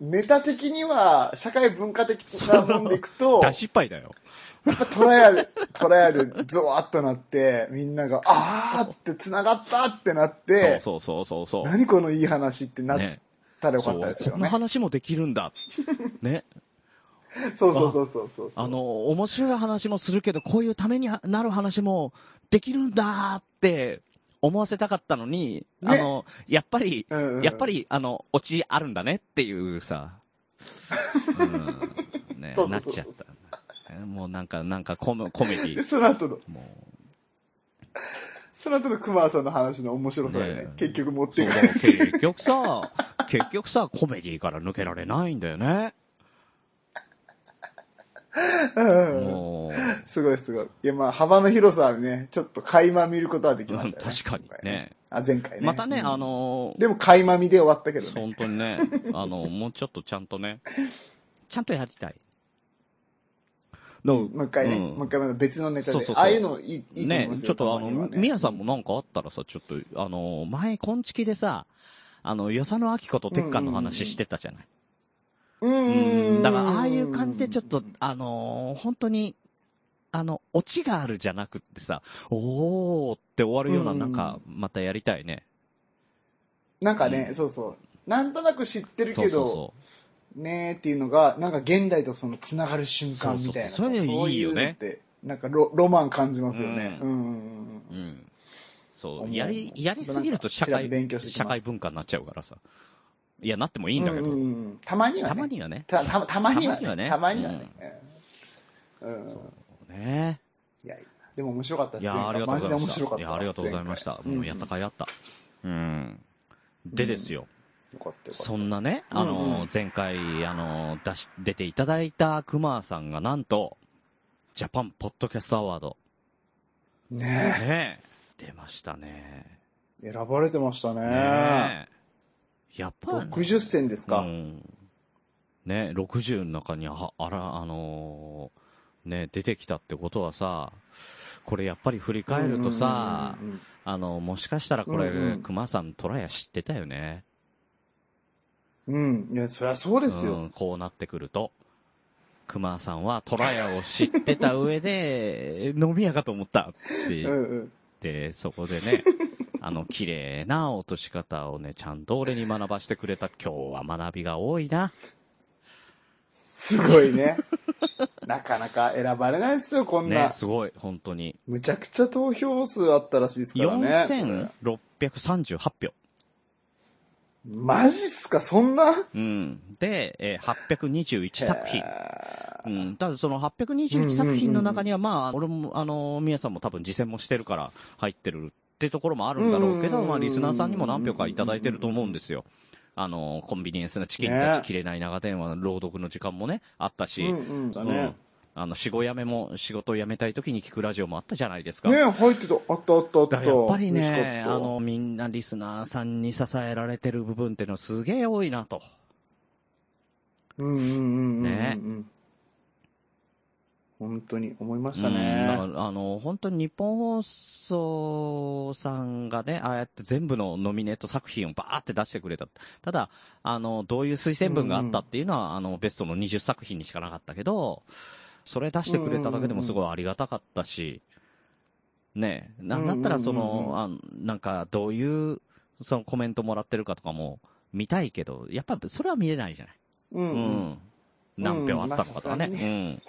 S3: ネタ的には、社会文化的なもんでいくと、
S2: 大失敗だよ。
S3: やっぱトライア、トライアでゾワッとなって、みんなが、あーって繋がったってなって、
S2: そうそうそうそうそう。
S3: 何このいい話ってなっ
S2: ね、
S3: たらよか
S2: そ
S3: っ
S2: う
S3: たですよ
S2: こんな
S3: ね。
S2: 話もできるんだ。ね。
S3: そうそうそうそうそうそう。
S2: あの、面白い話もするけど、こういうためになる話もできるんだって思わせたかったのに、あ
S3: ね
S2: の、やっぱり、
S3: うんうんうん
S2: やっぱり、あの、オチあるんだねっていうさ、うん、ね
S3: そう、そ
S2: な
S3: う
S2: っ
S3: そう
S2: ちゃっ
S3: そう
S2: た。もうなんか、なんか コメコメデ
S3: で、
S2: ィ、
S3: その後の、
S2: も
S3: その後の熊さんの話の面白さだよね。
S2: ねえ
S3: 結局持っ
S2: う、そ
S3: て
S2: う
S3: いか
S2: だ
S3: れ
S2: から
S3: て。
S2: 結局さ、 結局さ、コメディから抜けられないんだよね。
S3: うん
S2: もう、
S3: すごいすごい。いや、まあ、幅の広さはね、ちょっと垣間見ることはできましたよね。
S2: 確かに
S3: 今回
S2: ね。
S3: あ、前回ね。
S2: またね、
S3: うん
S2: あ、の、
S3: でも垣間見で終わったけどね。
S2: 本当にね、あの、もうちょっとちゃんとね、ちゃんとやり たい。
S3: もう一回ね、
S2: うん
S3: もう一回また別のネタで。
S2: そうそうそう
S3: ああいうのいい、いいと思い
S2: ね
S3: ますよ、
S2: ちょっとあ
S3: たま
S2: の、
S3: にはね
S2: みやさんもなんかあったらさ、ちょっと、あの、前、こんちきでさ、あの、与謝野明子と鉄管の話してたじゃない。
S3: うーん。
S2: だから、ああいう感じでちょっと
S3: うん、
S2: あのー本当に、あの、オチがあるじゃなくってさ、おーって終わるような、
S3: うん
S2: なんか、またやりたいね。
S3: なんかね、
S2: うん
S3: そうそう。なんとなく知ってる
S2: そう
S3: けど、
S2: そうそう。
S3: ねーっていうのが、なんか現代とその繋がる瞬間みたいなさ。
S2: そうそうそうそれいいよね
S3: そういうのって、なんかロロマン感じますよね。
S2: う
S3: うんうんうんうん。
S2: うん。そ
S3: 思
S2: う。
S3: う
S2: やり、やりすぎると社
S3: なんか
S2: 会
S3: 調べ勉強して、きます
S2: 社会文化になっちゃうからさ。いや、なってもいいんだけど。
S3: うううんたまにはね。
S2: たまにはね。
S3: たたたまにはね。
S2: た
S3: た
S2: ま
S3: ま
S2: に
S3: に
S2: は
S3: は
S2: ね
S3: ね。うん。うん
S2: ね
S3: いや、でも面白かったで
S2: い
S3: すね。
S2: や、ありがとうご
S3: マ
S2: ざい
S3: ジで
S2: ました。
S3: 面白かっ
S2: い
S3: た。
S2: や、ありがとうございました。
S3: 前回
S2: もうやったかいあった。うん。でですよ。
S3: よかったよかった
S2: そんなね、あ
S3: うんう
S2: の
S3: ん、
S2: 前回、あの、出し、出ていただいた熊さんがなんと、ジャパンポッドキャストアワード。
S3: ね
S2: ねえ。出ましたね。
S3: え選ばれてましたね。
S2: ねえ。やっぱりね
S3: 60選です
S2: う
S3: か。
S2: ん、ね、60の中にあ、あら、あのーね、出てきたってことはさ、これやっぱり振り返るとさ、
S3: うんうんうんうん、
S2: あの、もしかしたらこれ、
S3: うんうん
S2: 熊さんトライア知ってたよね。
S3: うん。いや、そりゃそうです
S2: う
S3: よ。
S2: んこうなってくると。熊さんはトライアを知ってた上で、 飲み屋かと思ったって
S3: うん
S2: 言っ
S3: うん。
S2: て、そこで ね、あの、綺麗な落とし方をね、ちゃんと俺に学ばしてくれた。今日は学びが多いな。
S3: すごいね。 なかなか選ばれないですよ、こんな。
S2: ね、すごい、本当に。
S3: むちゃくちゃ投票数あったらしいですからね。
S2: 4638票。
S3: マジっすか、そんな
S2: うん。で、えー821作品。
S3: へー
S2: うん。ただその821作品の中には、まあ、俺も、あのー、宮さんも多分実践もしてるから入ってるってところもあるんだろうけど、
S3: うん
S2: まあ、リスナーさんにも何票かいただいてると思うんですよ。あのー、コンビニエンスなチキンた
S3: ね
S2: ち切れない長電話の朗読の時間もね、あったし。
S3: うんうんだね。
S2: あの、仕事辞めも、仕事を辞めたい時に聞くラジオもあったじゃないですか。
S3: ね入ってた。あったあったあっ
S2: だ
S3: た。
S2: からやっぱり
S3: 嬉し
S2: ね、あ
S3: かった
S2: の、みんなリスナーさんに支えられてる部分っていうのはすげえ多いなと。
S3: うんうんうんうんうんうん。
S2: ね
S3: 本当に思いまし
S2: う
S3: た
S2: んだか
S3: ね。
S2: らあの、本当に日本放送さんがね、ああやって全部のノミネート作品をバーって出してくれた。ただ、あの、どういう推薦文があったっていうのは、あの、ベストの20作品にしかなかったけど、それ出してくれただけでもすごいありがたかったし、ねえ、なんだったらそ
S3: うんうんうんうん
S2: の、あのなんか、どういう、そのコメントもらってるかとかも見たいけど、やっぱそれは見れないじゃない。
S3: うん
S2: う
S3: うん。
S2: ん。何票あったのかとかね。
S3: うんまあさすがに
S2: うん。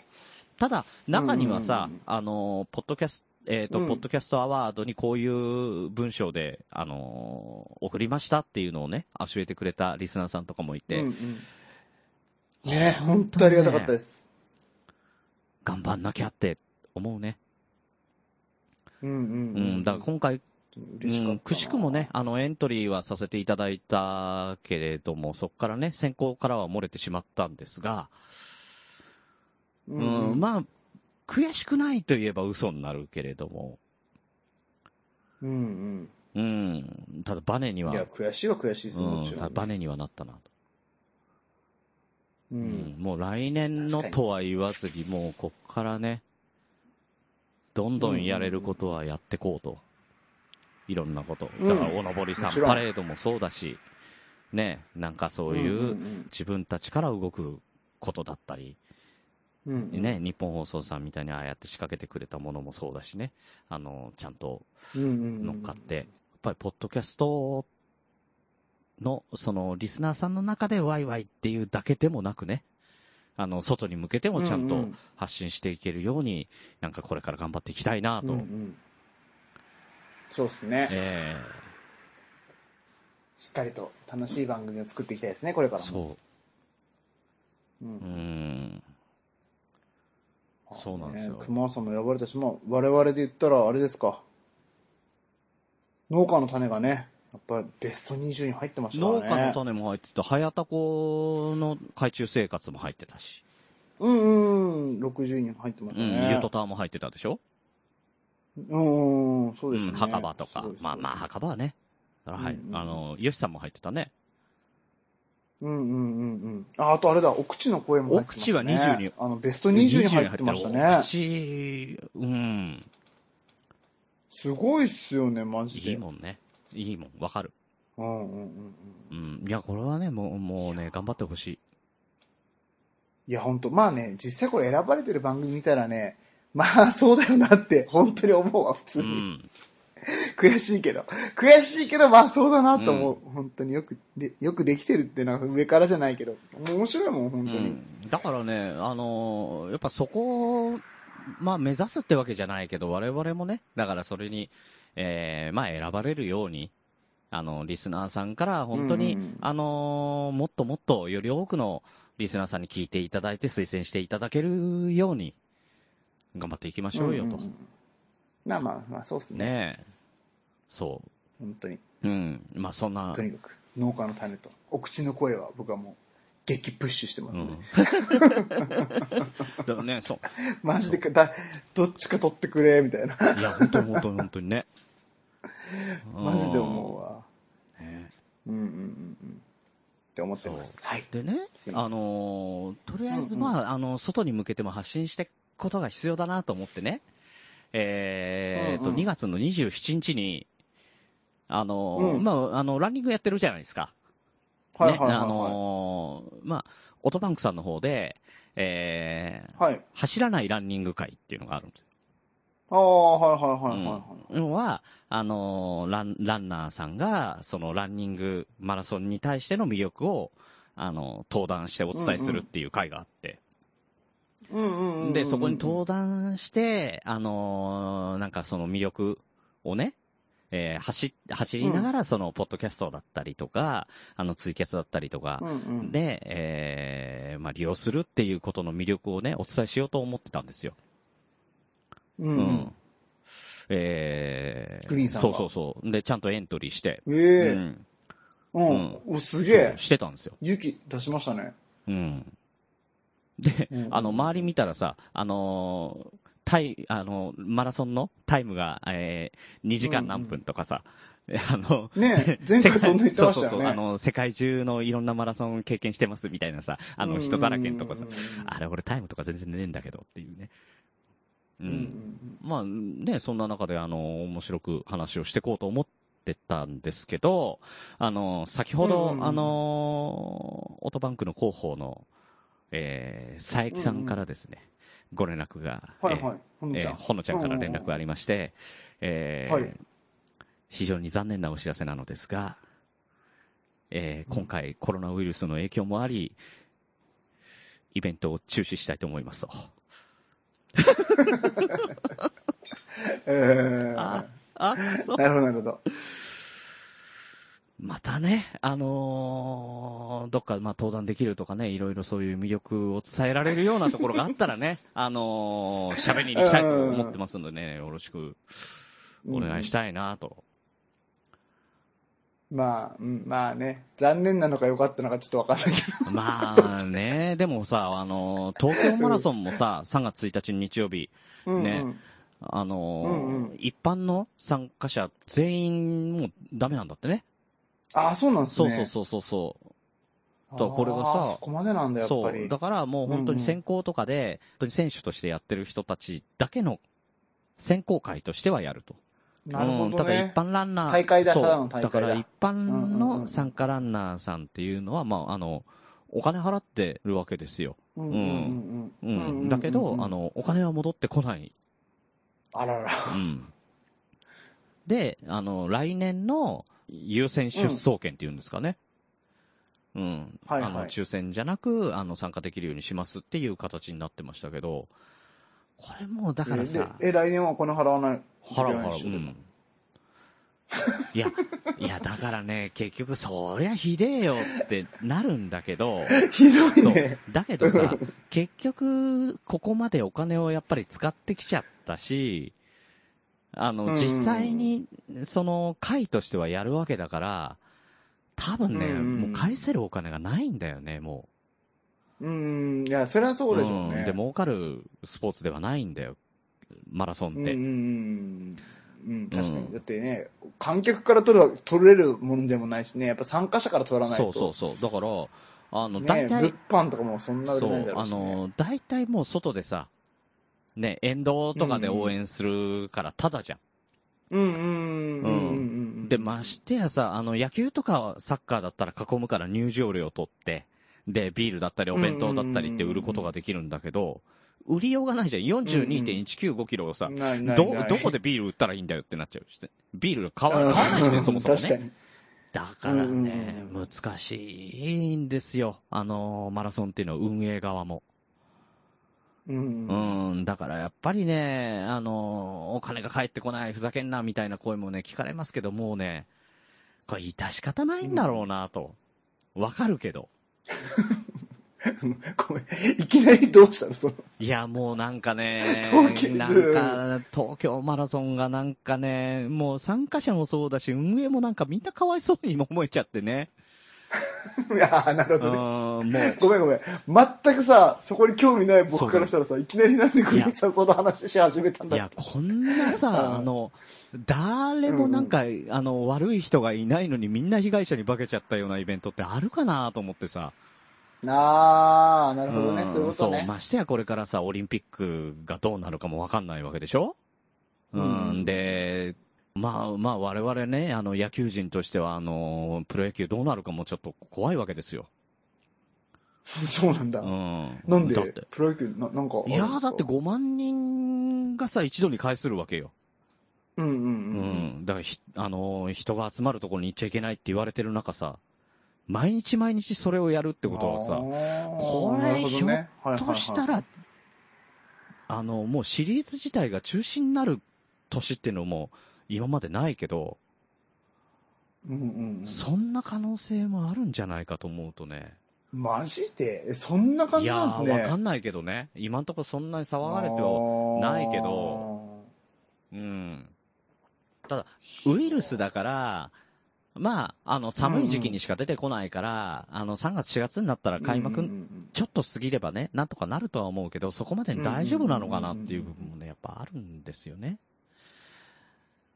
S2: ただ、中にはさ
S3: うんうんうん、
S2: あの、ポッドキャスト、えっ、と、
S3: うん
S2: ポッドキャストアワードにこういう文章で、あの送りましたっていうのをね、教えてくれたリスナーさんとかもいて、
S3: うんうんね本当ありがたかったです。
S2: 頑張んなきゃって思うね。
S3: うん
S2: う。
S3: うんん。
S2: だから今回、
S3: 嬉しかった
S2: うん
S3: な。
S2: くしくもね、あの、エントリーはさせていただいたけれども、そこからね、選考からは漏れてしまったんですが、
S3: う。
S2: うんん、
S3: うん、
S2: まあ、悔しくないといえば嘘になるけれども、
S3: うん
S2: うん。ただバネに
S3: うん。
S2: は、
S3: いや、悔しいは悔しいです、
S2: うん
S3: もち
S2: た
S3: ろ
S2: だ
S3: ん。
S2: バネにはなったなと。
S3: う。
S2: うんん。もう来年の
S3: 確かに
S2: とは言わずに、もうこっからね、どんどんやれることはやってこうと。いろんなこと。
S3: うん
S2: だから、おのぼりさ
S3: も
S2: ん
S3: ちろん
S2: パレードもそうだし、ね、なんかそうい
S3: うん
S2: う自分たちから動くことだったり、
S3: うんうん。うん。
S2: ね、日本放送さんみたいにああやって仕掛けてくれたものもそうだしね、あの、ちゃんと
S3: うんうん。
S2: 乗っかって、やっぱりポッドキャストの、その、リスナーさんの中でワイワイっていうだけでもなくね、あの、外に向けてもちゃん
S3: う
S2: と
S3: ん
S2: 発信していけるように、なんかこれから頑張っていきたいな
S3: うん
S2: と、
S3: うんうんそうですね。
S2: え
S3: しっかりと楽しい番組を作っていきたいですね、これ
S2: え
S3: からも。。
S2: そうう、うんん、そうなんですよ
S3: ね熊尾さんも選ばれたし、まあ、我々で言ったら、あれですか。農家の種がね、やっぱりベスト20に入ってました
S2: 農
S3: からね。
S2: 家の種も入ってた、早田子の海中生活も入ってたし、
S3: うんうんうん、60人入ってまし
S2: う
S3: た
S2: ん、
S3: ね。
S2: ゆとたわも入ってたでしょ、
S3: うん、うん、そうです
S2: う
S3: ね。
S2: ん、墓場とか
S3: すごい、
S2: まあまあ。墓場はね、はい、
S3: うんうん
S2: あの、よしさんも入ってたね。
S3: すごいうんうんうんうん。あ、あとあれだ、お口の声も入ってました、ね。
S2: お口は20に
S3: あの、ベスト20に入ってましたね。
S2: 口、うん。
S3: すごいっすよね、マジで。
S2: いいもんね。いいもん。わかる。
S3: うんうんうんうん。
S2: うん。いや、これはね、もう、もうね、頑張ってほしい。
S3: いや、本当まあね、実際これ選ばれてる番組見たらね、まあそうだよなって、本当に思うわ、普通
S2: う
S3: に。
S2: ん。
S3: 悔しいけど。悔しいけど、まあそうだなと思う。本当によく、で、よくできてるってなんか上からじゃないけど、もう面白いもん、
S2: う
S3: 本当に。
S2: ん。だからね、あのーやっぱそこを、まあ目指すってわけじゃないけど、我々もね、だからそれに、えー、まあ選ばれるように、あの、リスナーさんから本当に、
S3: うんうんうん
S2: あのーもっともっとより多くのリスナーさんに聞いていただいて推薦していただけるように、頑張っていきましょうよと。
S3: んんんまあまあ、まあそうっすね。
S2: ねえ。そ
S3: 本当に。
S2: う。うん。まあ、そんな。
S3: とにかく、農家の種と、お口の声は僕はもう、激プッシュしてます
S2: う
S3: ね。
S2: ん。だ ね、そ
S3: マジでか、だ、どっちか取ってくれ、みたいな。
S2: う。いや、本当に本当に本当にね。
S3: マジで思うわ。
S2: うん。ね
S3: うんうんうんうん。って思ってます。はい。
S2: でね
S3: すい、ません
S2: あのーとりあえず、
S3: うんうん
S2: まあ、あの、外に向けても発信していくことが必要だなと思ってね。えー
S3: うん
S2: と、
S3: うん
S2: 2月の27日に、あのー
S3: うん
S2: まあ、あの、ランニングやってるじゃないですか。
S3: はいはいはい、はい
S2: ね、あのーまあ、オトバンクさんの方で、えー、
S3: はい。
S2: 走らないランニング会っていうのがあるんですよ。
S3: ああ、はいはいはいはいはい。
S2: のは、あのーラン、ランナーさんが、そのランニングマラソンに対しての魅力を、あの、登壇してお伝えするっていう会があって。
S3: うんうんうんうんうん。
S2: で、そこに登壇して、あのーなんかその魅力をね、えー走っ、走りながらその、ポッドキャストだったりとか、あの、ツイキャスだったりとか
S3: う、んうん。
S2: で、えーまあ、利用するっていうことの魅力をね、お伝えしようと思ってたんですよ。
S3: うん
S2: う
S3: うん
S2: ん。。えー、
S3: グリーンさん
S2: そう
S3: が
S2: そうそう。で、ちゃんとエントリーして。う
S3: ええ。
S2: ん。
S3: うん。お、すげえ
S2: そう。してたんですよ。
S3: 勇気出しましたね。
S2: うん。で
S3: うん、
S2: あの、周り見たらさ、あのータイ、あのーマラソンのタイムが、えー、2時間何分とかさ、あの、
S3: ねえ
S2: ぜ
S3: 前回そんな言ってました
S2: そうそうそ
S3: よね
S2: う、あの、世界中のいろんなマラソン経験してますみたいなさ、あの、人だらけんとかさ、あれ俺タイムとか全然ねえんだけどっていうね。う。
S3: うんんうんうん
S2: まあね、そんな中であの、面白く話をしていこうと思ってたんですけど、あの、先ほど、
S3: うんうんうん
S2: あの、オートバンクの広報の、えー、佐伯さんからですね、ご連絡が、
S3: はい
S2: えー
S3: はい。ほの
S2: え
S3: ちゃ
S2: ー
S3: ん。
S2: ほのちゃんから連絡がありまして、えー
S3: はい
S2: 非常に残念なお知らせなのですが、えー今回コロナウイルスの影響もあり、イベントを中止したいと思いますと。
S3: えー
S2: ああ、そう
S3: なるほどなるほど。
S2: またね、あのーどっか、まあ、登壇できるとかね、いろいろそういう魅力を伝えられるようなところがあったら ね、あのー喋りに行きたいと思ってますのでね、よろしくお願いしたいなと。
S3: まあ、うん、まあね、残念なのか良かったのかちょっとわかんないけど。
S2: まあね、 でもさ、あのー東京マラソンもさ、3月1日の日曜日、
S3: うんう ん
S2: ねあのー
S3: うんうん
S2: 一般の参加者全員もうダメなんだってね。
S3: ああ、そうなんです
S2: そう
S3: ね。
S2: そうそうそうそう。
S3: あー
S2: とこれがさ
S3: そこまでなんだ、やっぱ
S2: そう。
S3: り
S2: だ。からもう本当に選考とかで、本当に選手としてやってる人たちだけの選考会としてはやると。
S3: なる
S2: う
S3: ほ
S2: ん
S3: ど
S2: ただ
S3: ね
S2: 一。般ランナー。
S3: 大会だ
S2: そう
S3: ただの大会だ
S2: から一般
S3: うんうんう
S2: の
S3: ん
S2: 参加ランナーさんっていうのは、まあ、あの、お金払ってるわけですよ。
S3: うんうん
S2: う。
S3: うんんうん。
S2: だけど、
S3: うんうんうん
S2: あ、の、お金は戻ってこない。
S3: あらら。
S2: うん。で、あの、来年の優先出走権っていうんですかね。うん。
S3: はいはい
S2: あの、抽選じゃなく、あの、参加できるようにしますっていう形になってましたけど、これもうだからさ、
S3: え、でえ来年はお金払わない。
S2: ハラハラ、う
S3: いけないでしょ
S2: ん。いや、いや、だからね、結局、そりゃひでえよってなるんだけど、
S3: ひどい
S2: そう
S3: ね。。
S2: だけど さ、結局、ここまでお金をやっぱり使ってきちゃったし、あ
S3: うん
S2: の、
S3: うん
S2: 実際に、その、会としてはやるわけだから、多分ね、
S3: うんうん
S2: もう返せるお金がないんだよね、も
S3: うん、いや、それは
S2: う。
S3: そうでしょうね。
S2: んで、儲かるスポーツではないんだよ、マラソン
S3: う
S2: っ
S3: んう
S2: て。
S3: んうん。うん、確か
S2: うん
S3: に。だってね、観客から取る、取れるものでもないしね、やっぱ参加者から取らない
S2: そ
S3: と。
S2: うそうそう。だから、あの、
S3: ね
S2: 大体、
S3: 物販とかもそんな売れないだろ
S2: あ
S3: うし、ね。
S2: の、大体もう外でさ、ね、沿道とかで応援するから、ただじゃん。
S3: うんうんうんうんうん。
S2: で、ましてやさ、あの、野球とかサッカーだったら囲むから入場料取って、で、ビールだったりお弁当だったりって売ることができるんだけど、売りようがないじゃん。42.195キロをさ、
S3: ないない
S2: ど
S3: ない、
S2: どこでビール売ったらいいんだよってなっちゃうし、ビールが買わ買わないし ね、そもそも
S3: 確か
S2: ね。
S3: に。
S2: だからね
S3: う、ん
S2: 難しいんですよ。あの、マラソンっていうのは運営側も。
S3: うん。
S2: うん、だからやっぱりね、あの、お金が返ってこない、ふざけんな、みたいな声もね、聞かれますけど、もうね、これ、致し方ないんだろうな、と。わかるけど。
S3: ごめん。いきなりどうしたのその。
S2: いや、もうなんかね
S3: 東、京
S2: なんか、東京マラソンがなんかね、もう参加者もそうだし、運営もなんかみんなかわいそうに今思えちゃってね。
S3: ああ、なる
S2: う
S3: ほ
S2: ん、
S3: どね。
S2: もう、
S3: ごめんごめん。全くさ、そこに興味ない僕からしたらさ、いきなりなんでグリーンさんその話し始めたん
S2: い
S3: だ
S2: や、こんなさ、
S3: うん
S2: あの、誰もなんか、あの、悪い人がいないのにみんな被害者に化けちゃったようなイベントってあるかなと思ってさ。
S3: ああ、なるほどね。
S2: うん
S3: そういうことね。
S2: ましてやこれからさ、オリンピックがどうなるかもわかんないわけでしょうん、
S3: うん
S2: で、まあまあ我々ね、あの、野球人としては、あの、プロ野球どうなるかもちょっと怖いわけですよ。
S3: そうなんだ。
S2: うん。
S3: なん
S2: だって
S3: で、プロ野球、ななんかある
S2: い
S3: んです
S2: や
S3: か。
S2: ーだって5万人がさ、一度に返するわけよ。
S3: うんう
S2: う
S3: んうん。
S2: ん。だからひ、あのー人が集まるところに行っちゃいけないって言われてる中さ、毎日毎日それをやるってことはさ、こ
S3: こ
S2: れ
S3: ひょ
S2: とした、ら、あのもうシリーズ自体が中止になる年っていうのも今までないけど、
S3: うんうんうん
S2: そんな可能性もあるんじゃないかと思うとね。
S3: マジでえそんない感じ
S2: や
S3: なんです
S2: ー、
S3: ね。
S2: わかんないけどね。今んとこそんなに騒がれては、ないけどうん。ただ、ウイルスだから、まあ、あの、寒い時期にしか出てこないから、あの、3月4月になったら開幕
S3: うんうんうん
S2: ちょっと過ぎればね、なんとかなるとは思うけど、そこまでに大丈夫なのかなっていう部分もね、やっぱあるんですよね。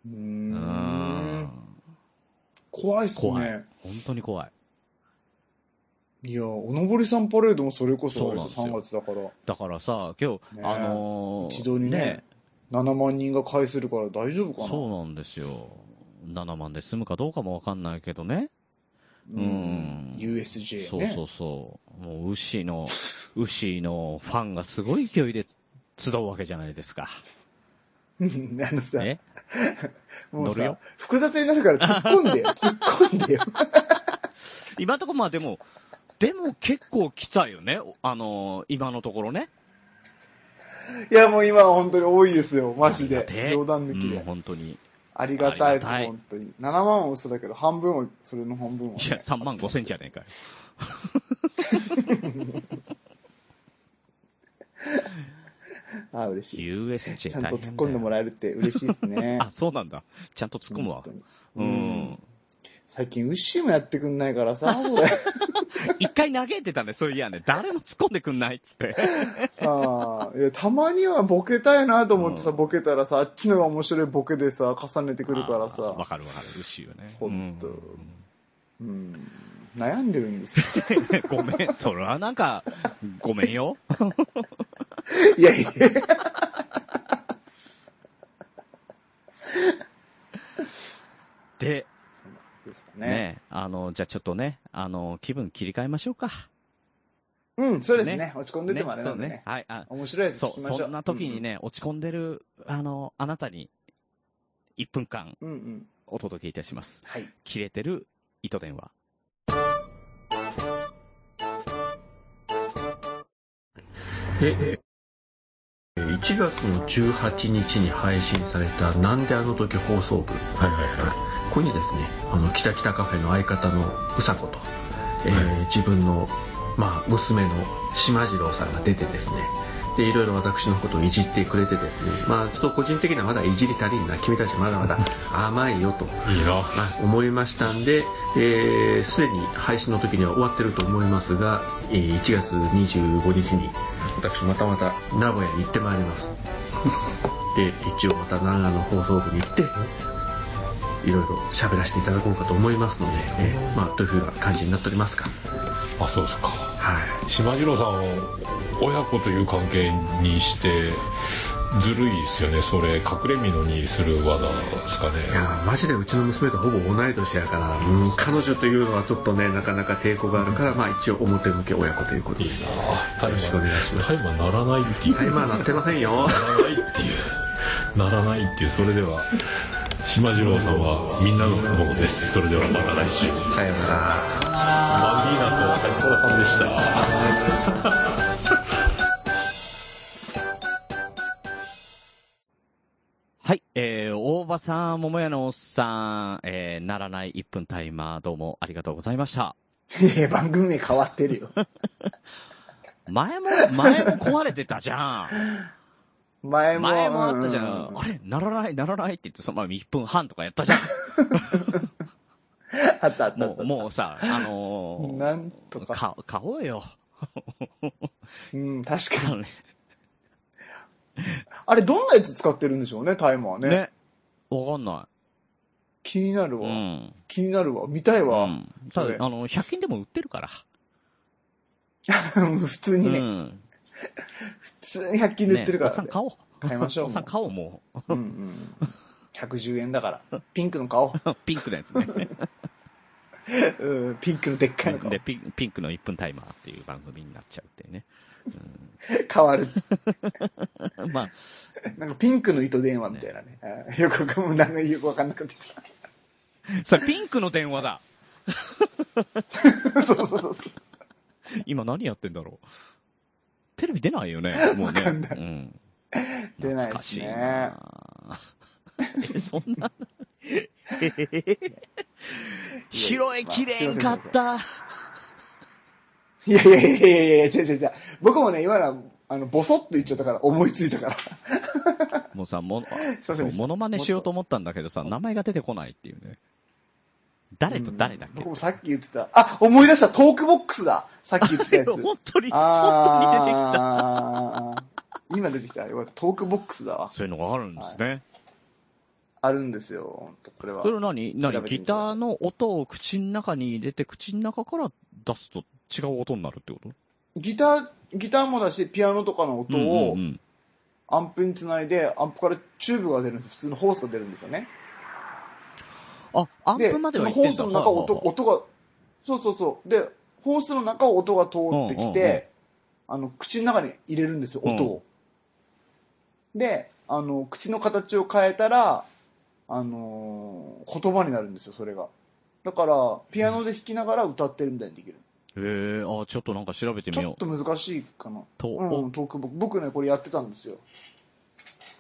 S3: うー
S2: うん
S3: ん。。怖いっす
S2: 怖い
S3: ね。。
S2: 本当に怖い。
S3: いや、おのぼりさんパレードもそれこそ
S2: そうなんですよ
S3: 3月だから、
S2: だからさ、今日、
S3: ねえ
S2: あのー
S3: 一度にね7万人が返するから大丈夫かな。
S2: そうなんですよ。7万で済むかどうかもわかんないけどね。
S3: う
S2: うん
S3: ん。USJ ね。
S2: そうそうそう。もう、ウッシーの、 ウッシーのファンがすごい勢いで集うわけじゃないですか。
S3: うんあのさ、
S2: ね。
S3: もう
S2: 乗るよ
S3: さ、複雑になるから突っ 込んでよ、突っ込んでよ。
S2: 今のところまあでも、でも結構来たよね。おあのー今のところね。
S3: いや、もう今は本当に多いですよ、マジ
S2: あり
S3: で
S2: がて。え
S3: 冗談抜き
S2: う
S3: で
S2: ん、。本当に。
S3: ありがたいです、
S2: ありがたい
S3: 本当に。7万は嘘だけど、半分は、それの半分は、
S2: いや、3万5千じゃねえかよ。
S3: あ、嬉しい。
S2: USJ
S3: ちゃん
S2: 大
S3: と
S2: 変
S3: 突っ込んでも
S2: ら。
S3: らえるって嬉しいですね
S2: あ、そうなんだ。ちゃんと突っ込むわ
S3: 本。当に
S2: う
S3: うん
S2: ん。
S3: 最近、ウッシーもやってくんないからさ、これ
S2: 一回嘆いてたね、そういやね。誰も突っ込んでくんないっつって。
S3: ああいやたまにはボケたいなと思ってさ、
S2: うん
S3: ボケたらさ、あっちのが面白いボケでさ、重ねてくるから
S2: あーわ
S3: さ、
S2: かるわかる。牛よね。
S3: ほんと
S2: うん
S3: うん、悩んでるんですよ。
S2: ごめん、それはなんか、ごめんよ。
S3: いやいや。
S2: で、
S3: そんな感じですか
S2: ね
S3: ね。
S2: あの、じゃあちょっとね、あの、気分切り替えましょうか。
S3: うん、そうですね。
S2: ね
S3: 落ち込んでてもあれなんでね。
S2: ねそうはい、あ、
S3: 面白いやつ
S2: そ
S3: 聞き
S2: う、
S3: ましょう。
S2: そんな時にね、落ち込んでる、あの、あなたに、1分間
S3: うん。うんうん。
S2: お届けいたします。
S3: はい。
S2: 切れてる糸電話。
S4: え、え1月の18日に配信されたなんであの時放送部。はいはいはい。ここにですね、あの、キタキタカフェの相方のうさこと、えー自分の、まあ、娘の島次郎さんが出てですね、で、いろいろ私のことをいじってくれてですね、まあ、ちょっと個人的にはまだいじり足りんな、君たちまだま だ甘いよと、
S5: いいな。
S4: まあ思いましたんで、えーすでに配信の時には終わってると思いますが、えー1月25日に私またまた名古屋に行ってまいり ますで一応また長野の放送部に行っていろいろ喋らせていただこうかと思いますので、えーまあどういうふうな感じになっておりますか
S5: あ、そうですか。
S4: はい
S5: 島次郎さんを親子という関係にして、ずるいですよね。それ、隠れ蓑にする技ですかね。
S4: いやーマジでうちの娘とほぼ同い年やから、うん、彼女というのはちょっとねなかなか抵抗があるから、まあ一応表向け親子ということで
S5: いいな
S4: よろしくお願いします
S5: タイマーならないっていう。
S4: タイマーなってませんよ
S5: ならないっていう。ならないっていう。それでは、島次郎さんはみんなのものです。それではまた来週。
S4: さようなら
S5: マンディーナとサイコロさんでした。
S2: はい、えー、大場さん、桃屋のおっさん、えー、ならない1分タイマー、どうもありがとうございました。
S3: いや、番組名変わっ てるよ。
S2: 前も、前も壊れてたじゃん。
S3: 前も。
S2: 前もあったじゃ
S3: うんう。う
S2: あれならない、ならないって言って、その前1分半とかやったじゃん。
S3: あったあったあ
S2: も
S3: っ
S2: う、
S3: た。
S2: もうさ、あのー、
S3: なんとか
S2: か、買おうよ。
S3: うん、確
S2: あ
S3: か
S2: の
S3: に。
S2: ね
S3: あれ、どんなやつ使ってるんでしょうね、タイマーね。
S2: ね。わかんな
S3: 気になる
S2: い。う
S3: わ、
S2: ん。
S3: 気になるわ。見たいうわ。
S2: ん。ただ
S3: それ
S2: あの、100均でも売ってるから。
S3: 普通
S2: う
S3: にね、
S2: ん。
S3: 普通に100均で売ってるか
S2: ねおっ
S3: ら、
S2: さん買おう。
S3: 買いましょう。
S2: おっさん買おう、 も
S3: うんうん。110円だから。ピンク の顔。
S2: う。ピンクのやつ ね。
S3: うん、ピンクのでっかいの顔。
S2: でピン、ピンクの1分タイマーっていう番組になっちゃうっていうね。
S3: 変わる。
S2: うん、まあ、
S3: なんかピンクの糸電話みたいなね。あーよくわかんなんかよくわかんなくてさ。
S2: それピンクの電話だ。
S3: そうそうそうそう。
S2: 今何やってんだろう。テレビ出ないよね、もうね。うん。
S3: 出
S2: 懐
S3: ないで
S2: か
S3: す
S2: しい
S3: ね
S2: なえ、そんな。 えへへへ拾えきれんかった。
S3: いやいやいやいやいや、違う違う違う。僕もね、今のは、あの、ボソッと言っちゃったから、思いついたから。
S2: もうさ、もの、
S3: そうそう
S2: そう、モノマネしようと思ったんだけどさ、名前が出てこないっていうね。誰と誰だっけ、
S3: 僕もさっき言ってた。あ、思い出した、トークボックスださっき言って たやつ。
S2: 本当に、本当に出てきた。
S3: あー今出てきた。よかったトークボックスだわ。
S2: そういうのがあるんですね。
S3: あるんですよ。ほんとこれは
S2: そ。れ何
S3: 調
S2: 何
S3: べて
S2: ギ
S3: みてくだ
S2: タ
S3: さい
S2: ーの音を口の中に入れて、口の中から出すと違う音になるってこと
S3: ギター、ギターもだし、ピアノとかの音を
S2: うんうん
S3: アンプにつないで、アンプからチューブが出るんですよ。普通のホースが出るんですよね。
S2: あ、アン
S3: で、
S2: プまで
S3: そ
S2: は
S3: の
S2: 行ってん
S3: ホース
S2: だ
S3: の中を音、
S2: は
S3: 音が、そうそうそう。で、ホースの中を音が通っ
S2: う
S3: てき
S2: んうんうん
S3: て、あの、口の中に入れるんですよ、音を。で、あの、口の形を変えたら、あのー言葉になるんですよ、それが。だから、ピアノで弾きながら歌ってるみたいにできる。
S2: あはあへえ、あ、ちょっとなんか調べて
S3: ち
S2: み
S3: ょっ
S2: よう。
S3: と難しいかな。
S2: と、
S3: う
S2: お
S3: ん、トークボックス。僕ね、これやってたんですよ。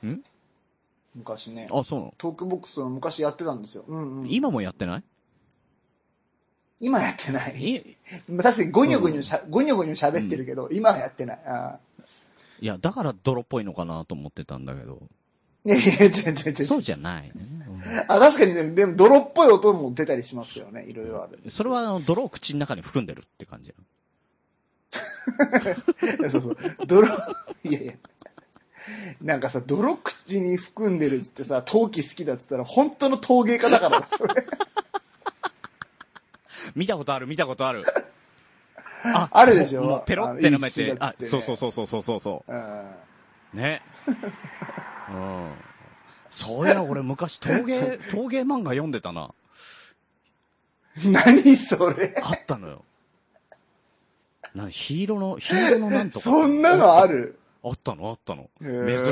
S2: ん
S3: 昔ね。
S2: あ、そうなの
S3: トークボックスの昔やってたんですよ。うんうん、
S2: 今もやってない
S3: 今やってない。
S2: い
S3: まあ確かにゴニョゴニョしゃ、ゴニョゴニョ喋ってるけど、今はやってない。あ
S2: いや、だから泥っぽいのかなと思ってたんだけど。
S3: ーいやいや、違う違う違う。
S2: そうじゃ
S3: い。
S2: ないね、
S3: あ、確かにね、でも泥っぽい音も出たりしますけどね、いろいろ ある。
S2: うんそれはあの泥を口の中に含んでるって感じ。
S3: そうそう。泥、 いやいや。なんかさ、泥口に含んでるっつってさ、陶器好きだっつったら、本当の陶芸家だからなそ れ。
S2: 見たことある、見たこと ある。
S3: あるでしょ
S2: もうペロって舐めて、
S3: あ
S2: あ
S3: のいい土だっつってね
S2: そうそうそうそうそうそうそう。
S3: うん
S2: ね。 うん。そういや、俺昔陶芸、 陶芸漫画読んでたな。
S3: 何それ
S2: あったのよ。なんヒーローの、ヒーローのなんとか。
S3: そんなのある
S2: あったの、あったの。
S3: 珍し
S2: 珍しいでし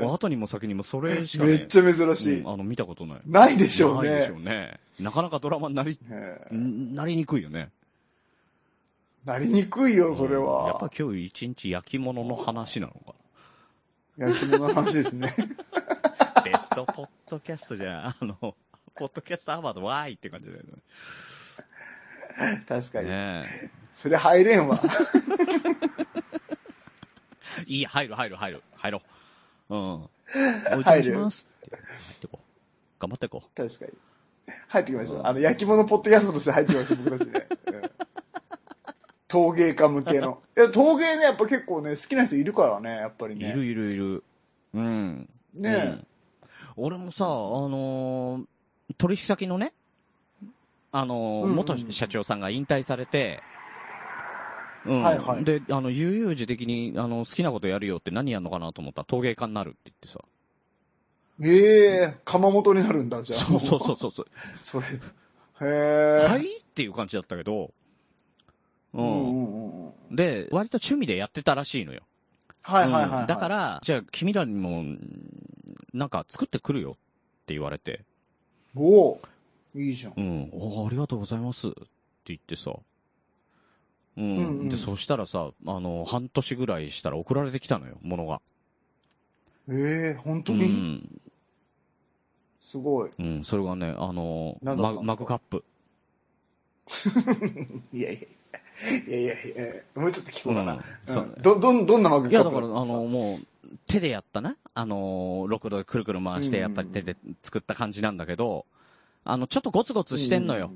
S2: ょ。もう後にも先にもそれしかね。
S3: めっちゃ珍しい。
S2: うんあの、見たことない。
S3: ないでしょう
S2: ないでし
S3: ね
S2: ょ。うね。なかなかドラマになり、
S3: へえ
S2: なりにくいよね。
S3: なりにくいよ、それ
S2: うんやっぱ
S3: は。
S2: 今日一日焼き物の話なのか
S3: 焼き物の話で すね。
S2: な。ベストポッドキャストじゃん、あの、ポッドキャストアワードワーイって感じだよね。
S3: 確かに。
S2: ね
S3: それ入れんわ。
S2: えいい、入る、入る、入る、入ろう。う ん。お邪魔
S3: 入
S2: し
S3: る
S2: ますって。入ってこう。頑張ってこう。
S3: 確かに。入ってきましょう。あの、焼き物ポッドキャストとして入ってきましょう、僕たちね。うん陶芸家向けの。いや、陶芸ね、やっぱ結構ね、好きな人いるからね、やっぱり
S2: い
S3: ね。
S2: るいるいる。うん。
S3: ね
S2: う
S3: え
S2: ん。俺もさ、あのー取引先のね、あのー
S3: うんうん
S2: 元社長さんが引退されて、うん
S3: はいはい
S2: で、あの、悠々自適に、あの、好きなことやるよって何やるのかなと思ったら陶芸家になるって言ってさ。
S3: ええ、窯元になるんだ、じゃあ。
S2: そうそうそうそうそう。
S3: それ。へえ。
S2: はいっていう感じだったけど、う。
S3: うんんうんうんうん。
S2: で、割と趣味でやってたらしいのよ。
S3: はいはいはいは
S2: う
S3: い。
S2: んだから、じゃあ君らにも、なんか作ってくるよって言われて、
S3: おおいいじゃん
S2: う。ん、おーありがとうございますって言ってさ。うん。
S3: うんうん
S2: で、そしたらさ、あの、半年ぐらいしたら送られてきたのよ、ものが。
S3: ええ本当
S2: う
S3: に、
S2: ん。
S3: すごい。
S2: うん、それがね、あの、
S3: な
S2: マ
S3: んだったんです
S2: グ
S3: か
S2: マグカップ。
S3: いやいやいやいやいやいやもうちょっと聞こうかな。
S2: うん
S3: う
S2: そうん
S3: ど、どん、どんなマグ
S2: いや、だから、あの、、もう、手でやったね。あの、ロクロでくるくる回して、
S3: うん
S2: やっぱり手で作った感じなんだけど、あの、ちょっとゴツゴツしてんのよ。。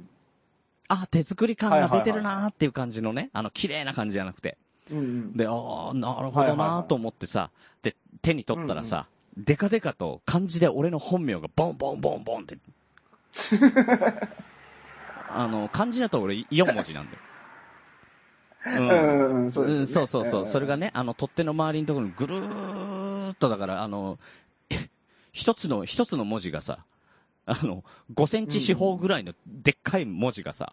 S2: あ、手作り感が出てるなーっていう感じのね、あの、綺麗な感じじゃなくて。
S3: うんうん。
S2: で、ああ、なるほどなーと思ってさ、で、手に取ったらさ、デカデカと漢字で俺の本名がボンボンボンボン って。あの、漢字だと俺4文字なんだ
S3: う
S2: よ。
S3: んうんうん、そう
S2: う
S3: ですね
S2: ん、そうそうそう。それが
S3: ね。
S2: ね、あの、取っ手の周りのところにぐるーっと、だから、あの、 一つの、一つの文字がさ、あの、5センチ四方ぐらいのでっかい文字がさ、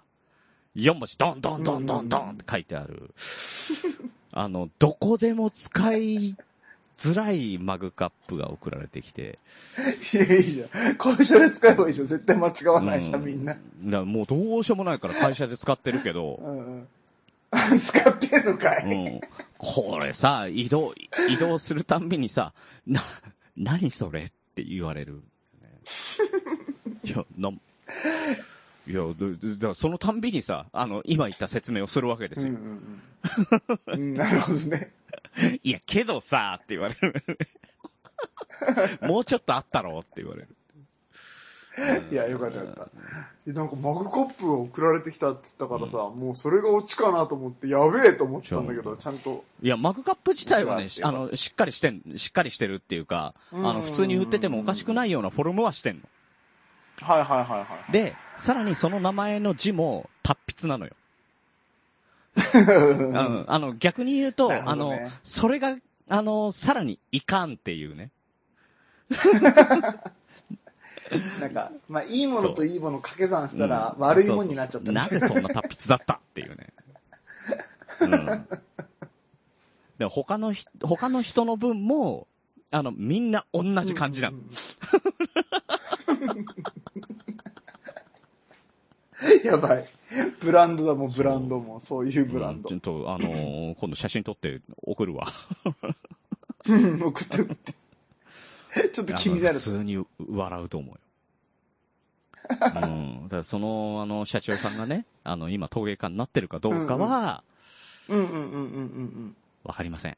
S2: 4文字、ドンドンドンドンドンって書いてあ る。あの、どこでも使いづらいマグカップが送られてきて。
S3: いや、いいじゃん。会社で使えばいいじゃん。絶対間違わないじゃん、
S2: う
S3: みんな
S2: だ。からもうどうしようもないから会社で使ってるけ ど
S3: う、んうん。使ってんのか
S2: う
S3: い、
S2: ん。これさ、移動、移動するたんびにさ、な、何それって言われる。いや、なん、いや、だだからそのたんびにさ、あの、今言った説明をするわけで
S3: うん
S2: す
S3: う
S2: よ。
S3: んうんうん。なるほどね。
S2: いや、けどさ、って言われる。もうちょっとあったろって言われる。
S3: いやよかったよかったでなんかマグコップを送られてきたって言ったからさ、もうそれがオチかなと思って、やべえと思ってたんだけど、ちゃんと。
S2: いや、マグカップ自体はね、
S3: 一
S2: し
S3: 番
S2: あの、しっかりしてん、しっかりしてるっていうか、あの、普通に売っててもおかしく
S3: い
S2: ないようなフォルムはしてんの。
S3: はいはいはいはい。
S2: で、さらにその名前の字も達筆なのよ。うん。あの、逆に言うと、
S3: なる
S2: あ
S3: ほど
S2: の
S3: ね、
S2: それが、あの、さらにいかんっていうね。
S3: なんか、まあ、いいものといいもの掛け算したら、悪いもんになっちゃった
S2: うん
S3: み
S2: な
S3: たい
S2: ぜそんな達筆だったっていうね。うん。で、他のひ、他の人の分も、あの、みんな同じ感じなの。
S3: うん やばい。ブランドだもん、ブランドも、そういうブランド
S2: うん。ちょっと、あのー今度写真撮って送るわ。
S3: うん送って送って。ちょっと気になる
S2: 普。通に笑うと思うよ。うん。だからその、あの、社長さんがね、あの、今陶芸家になってるかどうかは、
S3: うんうんうんうんうん
S2: わかりません。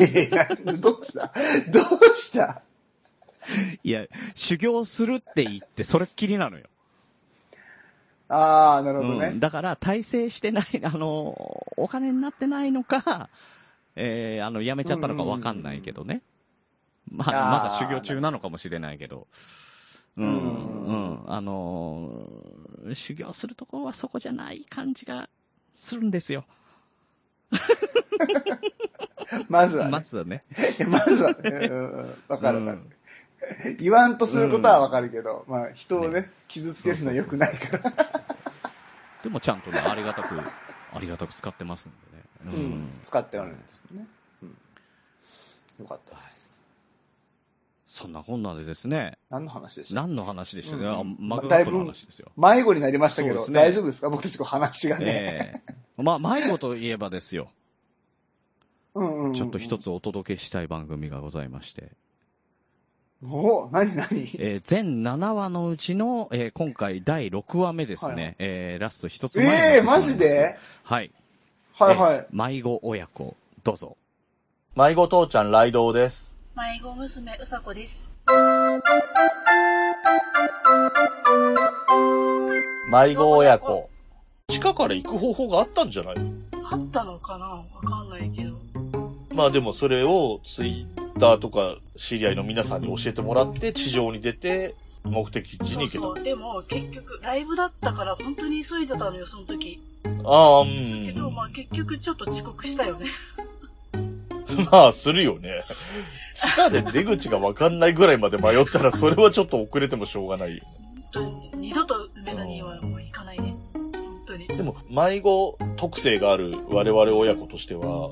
S3: うん。いや、どうしたどうした
S2: いや、修行するって言って、それっきりなのよ。
S3: ああ、なるほど
S2: う
S3: ね
S2: ん。。だから、体制してない、あの、お金になってないのか、 えー、あの、辞めちゃったのかわかんないけどね。まあ、
S3: あー
S2: まだ修行中なのかもしれないけど。うん、
S3: うん
S2: うん、あのー修行するところはそこじゃない感じがするんですよ。
S3: まずはね
S2: ま。ずはね。
S3: いやまず はね。うんうんわかるわ
S2: う
S3: かる
S2: ん。
S3: 言わんとすることはわかるけど、まあ、人をね
S2: ね、
S3: 傷つけるのは良くないから。
S2: でもちゃんとね、ありがたく、 ありがたく使ってますんで
S3: う
S2: ね。
S3: ん。使ってあるんですもんね。うん。よかったです。
S2: そんなこんなでですね、
S3: 何の話でした
S2: 何の話でしたね、
S3: うん
S2: あマグカップの話ですよ。
S3: 迷子になりましたけ
S2: そう
S3: ど、
S2: ですね
S3: 大丈夫ですか僕たちこう話が ね。
S2: ええまあ、迷子といえばですよ。
S3: うんうんうん。
S2: ちょっと一。つお届けしたい番組がございまして。
S3: おお何何
S2: えー全7話のうちの、えー今回第6話目ですね。
S3: はい
S2: えーラスト一つ前になって
S3: ええ
S2: しまい
S3: マ
S2: ました
S3: ジで
S2: はい。
S3: はいは
S2: え
S3: い。
S2: ー迷子親子、どうぞ。
S6: 迷子父ちゃんライドウです。
S7: 迷子娘うさこです。
S6: 迷子親子。
S8: 地下から行く方法があったんじゃない
S7: あったのかなわかんないけど。
S8: まあでもそれをツイッターとか知り合いの皆さんに教えてもらって地上に出て目的地
S7: そ
S8: に行
S7: う
S8: けた。
S7: そう。でも結局、ライブだったから本当に急いでたのよ、その時。
S8: ああ、う
S7: け
S8: ん。
S7: ど、まあ結局ちょっと遅刻したよね。
S8: まあするよね。地下で出口がわかんないぐらいまで迷ったらそれはちょっと遅れてもしょうがないよね。
S7: 本当に二度と梅田にはもう行かないね。本当に。
S8: でも迷子特性がある我々親子としては、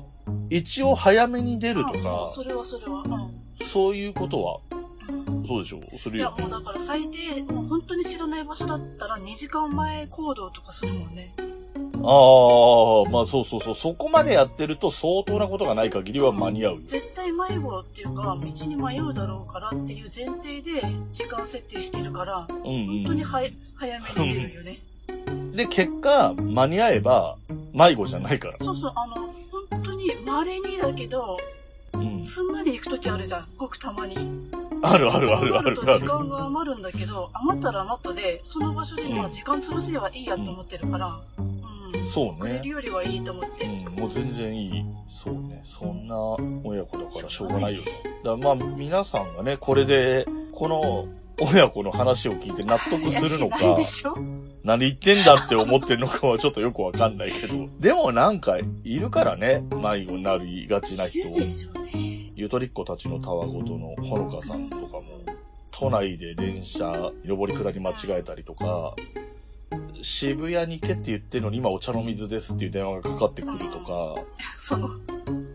S8: 一応早めに出ると
S7: あもう
S8: か、
S7: それはそれは。うん。
S8: そういうことは、
S7: うん
S8: そうでしょうす
S7: い
S8: る
S7: や、
S8: よ
S7: もう
S8: ね
S7: だ。から最低、もう本当に知らない場所だったら2時間前行動とかするもんね。
S8: ああ、まあそうそうそう。そこまでやってると相当なことがない限りは間に合うよ。
S7: 絶対迷子っていうか、道に迷うだろうからっていう前提で時間設定してるから、
S8: うんうん
S7: 本当にはや早めに出るよね。
S8: で、結果、間に合えば、迷子じゃないから。
S7: そうそう、あの、本当に稀にだけど、
S8: うん。
S7: すんなり行くときあるじゃん。ごくたまに。
S8: あるあるあるあ
S7: そう
S8: る
S7: な
S8: あ
S7: ると時
S8: る。
S7: 間が余るんだけど、余ったら余ったで、その場所でま
S8: うん
S7: あ時間潰せばいいやと思ってるから、うん。
S8: そう
S7: くれ
S8: ね
S7: る。よりはいいと思っ
S8: う
S7: て。
S8: ん、もう全然いい。そうね。そんな親子だからしょうがないよね。だからまあ、皆さんがね、これで、この親子の話を聞いて納得
S7: いや、
S8: する
S7: し
S8: のか
S7: な、いでしょ
S8: 何言ってんだって思ってるのかはちょっとよくわかんないけど。でもなんか、いるからね、迷子になりがちな人。
S7: いるでしょうね。
S8: ゆとりっ子たちのたわごとのほのかさんとかも、都内で電車、上り下り間違えたりとか、渋谷に行けって言ってるのに今お茶の水ですっていう電話がかかってくるとか、
S7: その、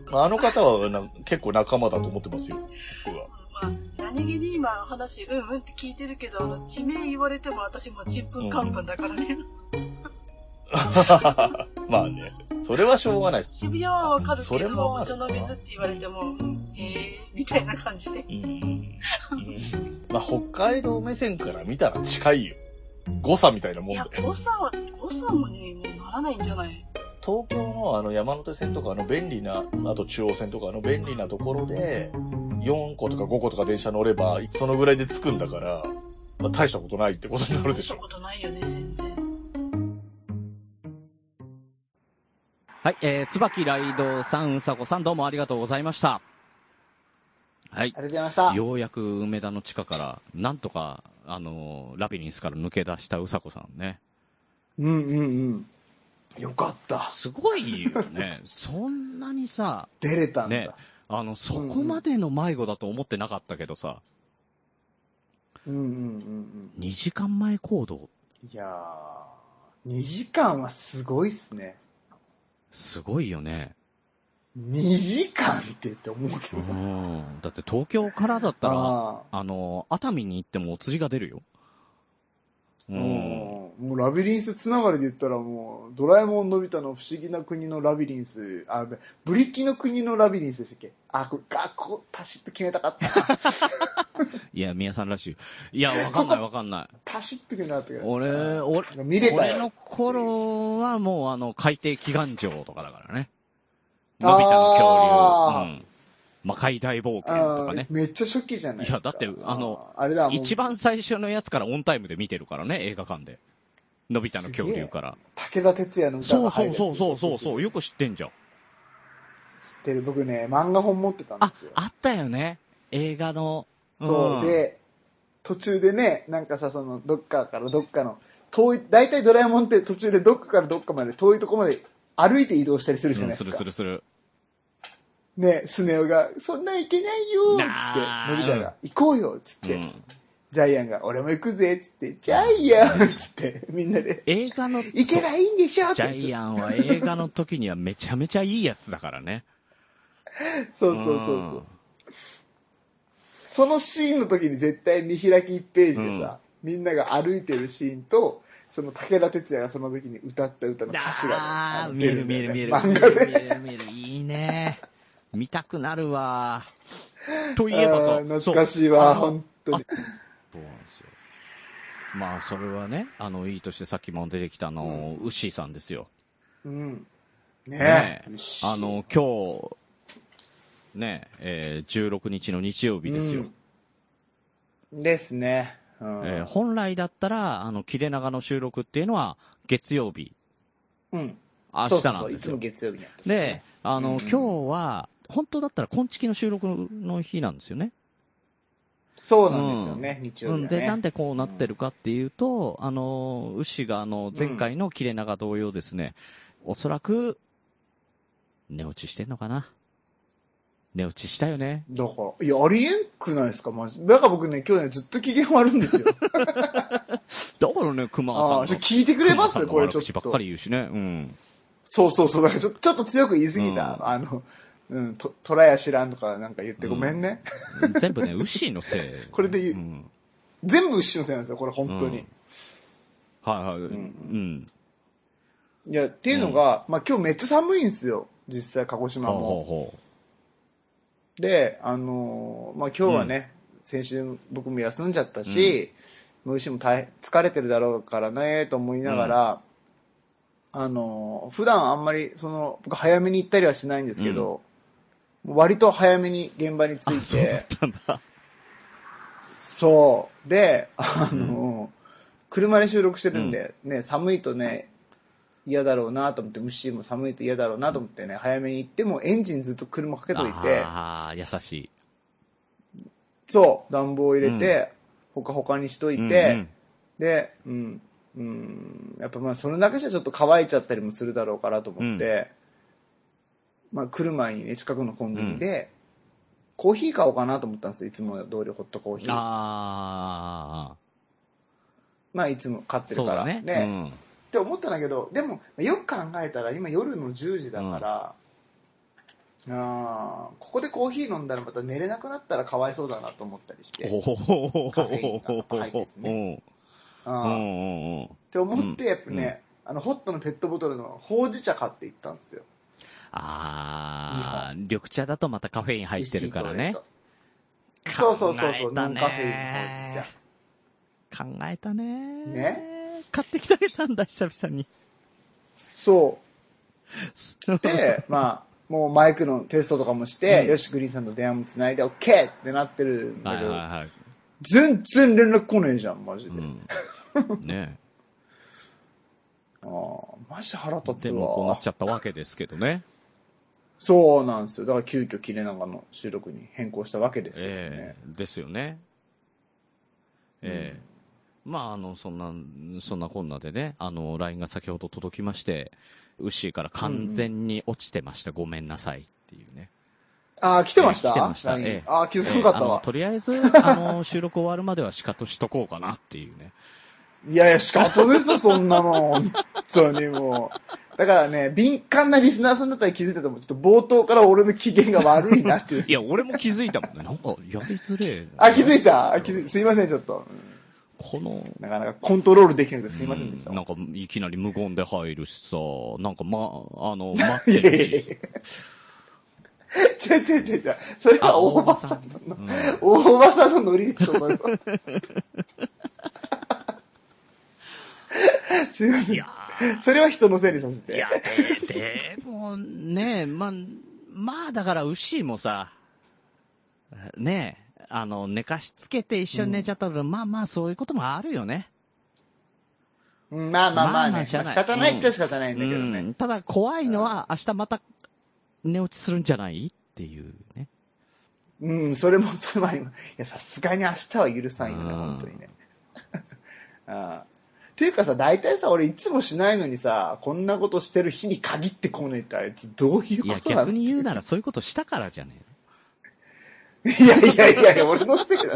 S8: まああの方はな結構仲間だと思ってますよ、僕は。
S7: まあ、何気に今話、うんうんって聞いてるけど、あの、地名言われても私もちんぷんかんぷんだからね。
S8: まあね、それはしょうがないです。
S7: 渋谷はわかる
S8: そ
S7: け
S8: れ
S7: ど、
S8: もあ
S7: お
S8: る
S7: 茶の水って言われても、うんへえー、みたいな感じで。
S8: うんうんうんまあ北海道目線から見たら近いよ。誤差みたいなもん
S7: い
S8: だ
S7: や
S8: よ、。
S7: 誤差は、誤差もね、もうならないんじゃない
S8: 東京のあの山手線とかあの便利な、あと中央線とかあの便利なところで、4個とか5個とか電車乗れば、そのぐらいで着くんだから、まあ、大したことないってことになるで
S7: 大
S8: し
S7: し
S8: ょ
S7: たことないよね、全然。
S2: はい、えー、椿ライドさん、うさこさん、どうもありがとうございました。はい
S3: あ。りがとうございました。
S2: ようやく梅田の地下から、なんとか、あのーラピリンスから抜け出したうさこさんね。
S3: うんうんうん。よかった。
S2: すごいよ ね。そんなにさ、
S3: 出れたんだ。
S2: ねあの、そこまでの迷子だと思ってなかったけどさ、
S3: うんうんうんうん。
S2: 2時間前行動、
S3: いやー、2時間はすごいっすね。
S2: すごいよね。
S3: 2時間ってって思うけ
S2: う
S3: ど。
S2: ん。だって東京からだったら、
S3: あ
S2: あのー熱海に行ってもお釣りが出るよ。う。
S3: ーうんん。もうラビリンスつながりで言ったらもう、ドラえもんのび太の不思議な国のラビリンス、あ、ブリキの国のラビリンスでしたっけあ、これ、あ、ここ、パシッと決めたかった。
S2: いや、宮さんらしい。いや、わかんないわかんない。
S3: パシッと決めたかったけど。
S2: 俺、俺、
S3: 見れた
S2: 俺の
S3: よ。
S2: 頃はもうあの、海底祈願城とかだからね。
S3: あー
S2: のび太の恐竜。うん。魔界大冒険と
S3: あ
S2: か
S3: ー
S2: ね。
S3: めっちゃ初期じゃないです
S2: い
S3: か。
S2: やだってあの、
S3: あれだ、もう
S2: 一番最初のやつからオンタイムで見てるからね、映画館で。のび太の恐竜から。
S3: 武田鉄矢の歌
S2: そう
S3: が入
S2: そうそう
S3: る
S2: そうそうそう、
S3: う。
S2: よく知ってんじゃん。
S3: 知ってる。僕ね、漫画本持ってたん
S2: あ
S3: ですよ、。
S2: あったよね。映画の。
S3: そうう。
S2: ん
S3: で、途中でね、なんかさ、その、どっかからどっかの、遠い、大体ドラえもんって途中でどっかからどっかまで遠いとこまで歩いて移動したりするじゃ
S2: う
S3: なんいですす
S2: る
S3: か。
S2: するする。
S3: ね、スネ夫が、そんなんいけないよ
S2: な
S3: ー
S2: あ
S3: つって、のび太が、行こうよっつっ
S2: う
S3: て、
S2: ん。
S3: ジャイアンが、俺も行くぜっつって、ジャイアンっつって、みんなで、
S2: 映画の、
S3: 行けばいいんでしょって
S2: ジャイアンは映画の時にはめちゃめちゃいいやつだからね。
S3: そうそうそうそう。そのシーンの時に絶対見開き1ページでさ、みんなが歩いてるシーンと、その武田鉄矢がその時に歌った歌の歌詞がね
S2: あ
S3: あ
S2: ー
S3: の
S2: 見える見える見え
S3: 出
S2: る。
S3: ん
S2: 見
S3: だ
S2: え
S3: よ
S2: る
S3: ね
S2: 見える見える。いいね。見たくなる わ。といえば
S3: あ
S2: さ
S3: ー、懐かしいわ、
S2: そうあの
S3: 本当に。
S2: そうなんですよ。まあ、それはね、あの、いいとしてさっきも出てきたあの、ウッシーさんですよ。
S3: うん。
S2: ね
S3: ねえ。
S2: あの、今日、ね、えー16日の日曜日ですよ。
S3: うん。ですね。うん。
S2: えー本来だったら、あの、切れ長の収録っていうのは、月曜日、
S3: うん。
S2: 明
S3: そう
S2: 日
S3: そう
S2: な
S3: そ
S2: ん
S3: う。い
S2: です
S3: つ
S2: よ
S3: も。月曜日にやってる
S2: で、あの、
S3: うん
S2: 今日は、本当だったら、昆虫の収録の日なんですよね。
S3: そうなんですよね、日曜
S2: う
S3: 日
S2: ん、
S3: はね。
S2: で、なんでこうなってるかっていうと、あの、牛が、あの、前回の切れ長同様ですね、おそらく、寝落ちしてんのかな。寝落ちしたよね。
S3: だから、いや、ありえんくないですか、マジ。だから僕ね、今日ね、ずっと機嫌悪いんですよ。
S2: だからね、熊さん
S3: あ
S2: の。
S3: あ、ちょっと聞いてくれま
S2: 熊さん
S3: す
S2: の
S3: これちょっ
S2: 悪口ばっ
S3: と
S2: か。り言うしね。うん。
S3: そうそうそう。だからちょちょっと強く言い過ぎた。
S2: うん
S3: あの、うん、と、トラや知らんとかなんか言ってごめんね。
S2: 全部ね、牛のせい。、
S3: これで言うん全部牛のせいなんですよ、これ本当に。
S2: うん。はいはい。うんん。
S3: いや、っていうのが、まあ今日めっちゃ寒いんですよ。実際、鹿児島
S2: ほうほ
S3: も。
S2: うほう。
S3: で、あのーまあ今日はね、先週僕も休んじゃったし、もう牛も大変疲れてるだろうからね、と思いながら、あのー普段あんまり、その、僕早めに行ったりはしないんですけど、割と早めに現場に着
S2: あ、
S3: い
S2: そうだ
S3: て
S2: っ、 たんだ。
S3: そう。で、あの、車で収録してるんで、ね、寒いとね、嫌だろうなと思って、虫も寒いと嫌だろうなと思ってね、早めに行って、もうエンジンずっと車かけといて、
S2: ああ、優しい。
S3: そう、暖房入れて、ほかほかにしといて、
S2: うん
S3: で、うん、うん、やっぱまあ、それだけじゃちょっと乾いちゃったりもするだろうからと思って、まあ、来る前にね、近くのコンビニで、コーヒー買おうかなと思ったんですよ、いつも通りホットコー
S2: う
S3: ヒ
S2: ん、
S3: ー。
S2: あ
S3: まあ、いつも買っ
S2: あ、
S3: て
S2: そ
S3: る
S2: う
S3: か
S2: だ
S3: ら。
S2: ね。
S3: ねって思ったんだけど、でも、よく考えたら、今夜の10時だから、あーここでコーヒー飲んだらまた寝れなくなったらかわいそうだなと思ったりし
S2: うん。
S3: て、
S2: ほほほほ
S3: カフェインが入っててね
S2: う
S3: あ
S2: んう
S3: ーっ
S2: んうん。
S3: て思って、やっぱね、あの、ホットのペットボトルのほうじ茶買っていったんですよ。
S2: ああ、緑茶だとまたカフェイン入ってるからね。
S3: ビスキートレートそうそうそうそう、
S2: 考えたね
S3: ノンカフェインのほうじ茶。
S2: 考えたね。
S3: ね
S2: 買ってきてあげたんだ、久々 に。
S3: そう。 で、まあ、もうマイクのテストとかもして、
S2: うん
S3: よし、グリーンさんと電話もつないで、オッケーってなってるん
S2: は
S3: だ
S2: いはい
S3: けど、
S2: はい。
S3: 全然連絡来ねえじゃん、マジ
S2: う
S3: で。
S2: ん。 ね
S3: ああ、マジ腹立
S2: え。
S3: つ
S2: でもこうな
S3: わ
S2: っ。ちゃったわけですけどね。
S3: そうなんですよ。だから急遽切れ長の収録に変更したわけ ですけどね。
S2: ええですよね。ええまあ、あの、そんな、そんなこんなでね、あの、LINE が先ほど届きまして、ウッシーから完全に落ちてました。ごめんなさいっていうね。
S3: ああ、来てました
S2: 来てました
S3: ライン
S2: ええ
S3: ああ、気づかなかった
S2: ええあの
S3: わ。
S2: とりあえ ず、あの、収録終わるまでは仕方しとこうかなっていうね。
S3: いやいや、仕方ですよ、そん なの。本当にもう。だからね、敏感なリスナーさんだったら気づいたと思う。ちょっと冒頭から俺の機嫌が悪いなっていう
S2: い。や、俺も気づいた もんね。なんか、やりづれえな
S3: あ、気づいたあ気づいた。すいません、ちょっと。うん
S2: この、
S3: なかなかコントロールできなくてすいませんでした。
S2: うんなんか、いきなり無言で入るしさ、なんか、ま、あ の、待
S3: い
S2: って
S3: やいや
S2: る
S3: いや
S2: し。
S3: 違う違う違う違う。それは大場さんの、大場さんのノリでしょ、それは。すいませ
S2: い
S3: ん
S2: や。
S3: それは人のせいにさせ
S2: い
S3: て
S2: や。、で、でもねえ、まあ、まあだから、牛もさ、ねえ、あの、寝かしつけて一緒に寝ちゃったら、まあまあ、そういうこともあるよね。
S3: うんまあまあまあ
S2: まあまあ
S3: ね。
S2: し
S3: ま
S2: ゃあ
S3: あ
S2: ない
S3: 仕方ないっちゃ仕方ないんだけど
S2: う
S3: ね。
S2: んただ、怖いのは、明日また寝落ちするんじゃないっていうね。
S3: うん、それも、それもあります。いや、さすがに明日は許さんよね、
S2: うん
S3: 本当にね。 ああっていうかさ、大体さ、俺いつもしないのにさ、こんなことしてる日に限ってこねえってあいつどういう
S2: い
S3: こ
S2: や、
S3: となの
S2: 逆に言うなら、そういうことしたからじゃね
S3: いやいやいやいや、俺のせい だろ。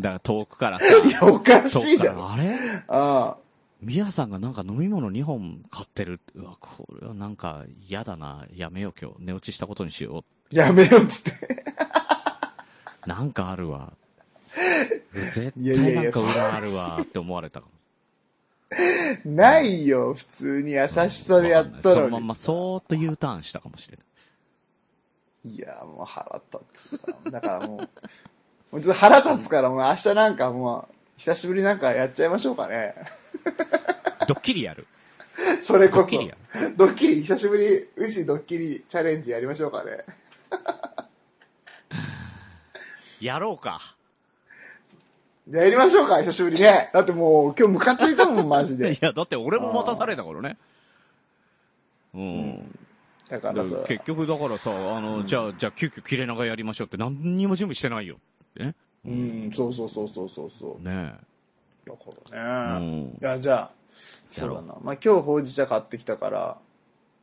S2: えのだから、遠くからさ、
S3: いや、おかし
S2: 遠
S3: い
S2: く
S3: だ
S2: か
S3: ろ。
S2: ら、あれ
S3: ああ。
S2: ミヤさんがなんか飲み物2本買ってる。うわ、これはなんか嫌だな。やめよう今日。寝落ちしたことにしよ
S3: やめようっつって。
S2: う。なんかあるわ。絶
S3: いやいや
S2: 対
S3: いや
S2: なんか裏あるわって思われたかも。
S3: ないよ、普通に優しさでやっ
S2: そ
S3: たの
S2: の
S3: に。
S2: まんまそーっと U ターンしたかもしれない。
S3: いや、もう腹立つな。だからもう、も うちょっと腹立つから、もう明日なんかもう、久しぶりなんかやっちゃいましょうかね。
S2: ドッキリやる。
S3: それ
S2: ド
S3: こ
S2: ッ
S3: そ
S2: キリ、やる。
S3: ドッキリ、久しぶり、うしドッキリチャレンジやりましょうかね。
S2: やろうか。
S3: じゃあやりましょうか、久しぶりね。だってもう、今日ムカついたもん、マジ
S2: い
S3: で。
S2: や、だって俺も待たされたからね。う。
S3: うんん。だからさ、
S2: 結局だからさ、あの、じゃあ、じゃあ急遽切れ長やりましょうって何にも準備してないよ。ね。
S3: うん、そうそうそうそうそうそう。
S2: ね
S3: だから
S2: え。う
S3: ね。
S2: ん
S3: い。や、じゃあ、
S2: や
S3: そう
S2: ろう
S3: だな。まあ、今日ほうじ茶買ってきたから、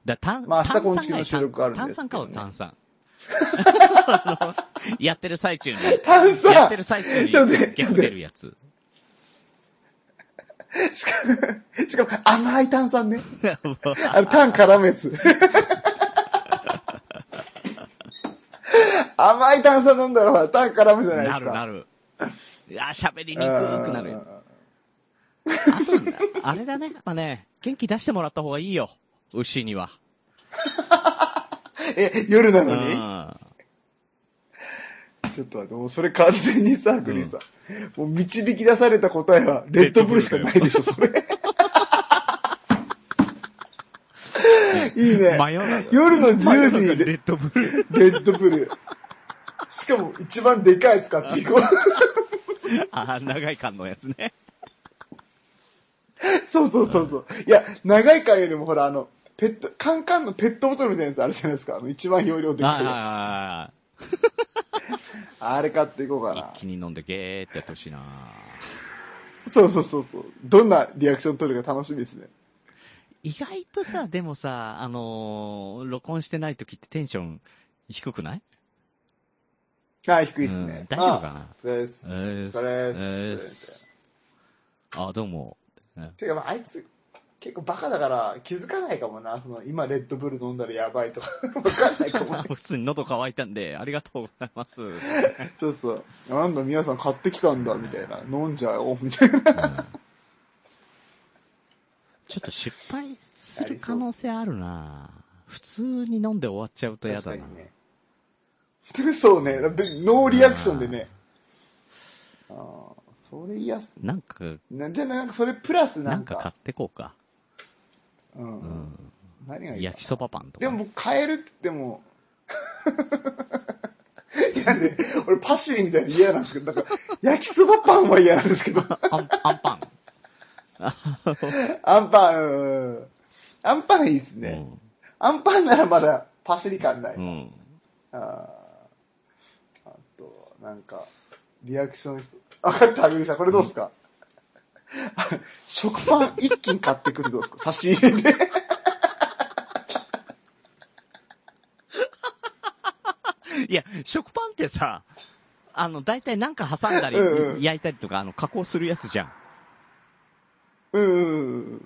S2: だ炭
S3: まあ明日
S2: 炭酸
S3: 今週の収録あるんですけ
S2: 炭酸買お
S3: どね
S2: う、炭酸。あの やってる最中に。
S3: 炭酸
S2: やってる最中に。
S3: ちょっと待って
S2: 逆出るやつ。
S3: しかも、 しかも甘い炭酸 ね。あの、炭絡むやつ。甘い炭酸飲んだらほら、炭絡むじゃないで
S2: な
S3: すか。
S2: るなる。いや、喋りにく
S3: うん
S2: くなるよ。あと、あれだね。やっぱね、元気出してもらった方がいいよ。牛には。
S3: え、夜な
S2: う
S3: のに、
S2: ん。
S3: ちょっと待って、もうそれ完全にさ、グリーンさ、ん、もう導き出された答えは、レッドブルしかないでしょ、それ。 いいね。
S2: 迷うな。
S3: 夜の10時にレ
S2: レッドブル。
S3: レッドブル。しかも、一番でかいやつ買っていこう。
S2: あ、長い缶のやつ ね。
S3: そうそうそうそう。いや、長い缶よりもほら、あの、ペット、カンカンのペットボトルみたいなやつあるじゃないですか。あの、一番容量で
S2: あ
S3: かいや
S2: あ
S3: つ。あれ買っていこうか
S2: あああ、
S3: な
S2: 一。気に飲んでゲーってやってほしいな。
S3: そうそうそうそう。どんなリアクション取るか楽しみですね。
S2: 意外と さ、でもさ、あのー録音してない時ってテンション低くない
S3: はい、低いです
S2: う
S3: ね
S2: ん。大丈夫かな
S3: あお疲れです。お
S2: えーえ
S3: 疲れで
S2: ー
S3: す。
S2: あ、どうも。
S3: てか、まあ、あいつ、結構バカだから気づかないかもな。その、今レッドブル飲んだらやばいとか、 わかんないかも ね。
S2: 普通に喉乾いたんで、ありがとうござい ます。うん
S3: そうそう。なんだ、皆さん買ってきたんだ、みたいな。飲んじゃおう、みたいな。
S2: ちょっと失敗する可能性あるな普通に飲んで終わっちゃうと嫌だ
S3: 確
S2: な
S3: かにね。そうね。別にノーリアクションでね。ああ、それ嫌っすね。
S2: なんか、
S3: なじゃあ、なんかそれプラスな
S2: なんん
S3: か。
S2: か買ってこうか。
S3: う。
S2: うんん。
S3: 何がいいかな
S2: 焼きそばパンとか。
S3: でも、僕買えるって言っても、 いやね、俺パシリみたいに嫌なんですけど、なんか、焼きそばパンは嫌なんです けど、
S2: あん、あんパン。
S3: アンパン、うんうん。アンパンいいですね。アンパンならまだパシリ感ない。
S2: うん。うん。
S3: あーあと、なんか、リアクションし、わかった、あぐみさん、これどうですか、食パン一斤買ってくるどうですか 差し入れで。
S2: いや、食パンってさ、あの、大体なんか挟んだり
S3: うんう、ん
S2: 焼いたりとか、あの、加工するやつじゃん。
S3: うんうん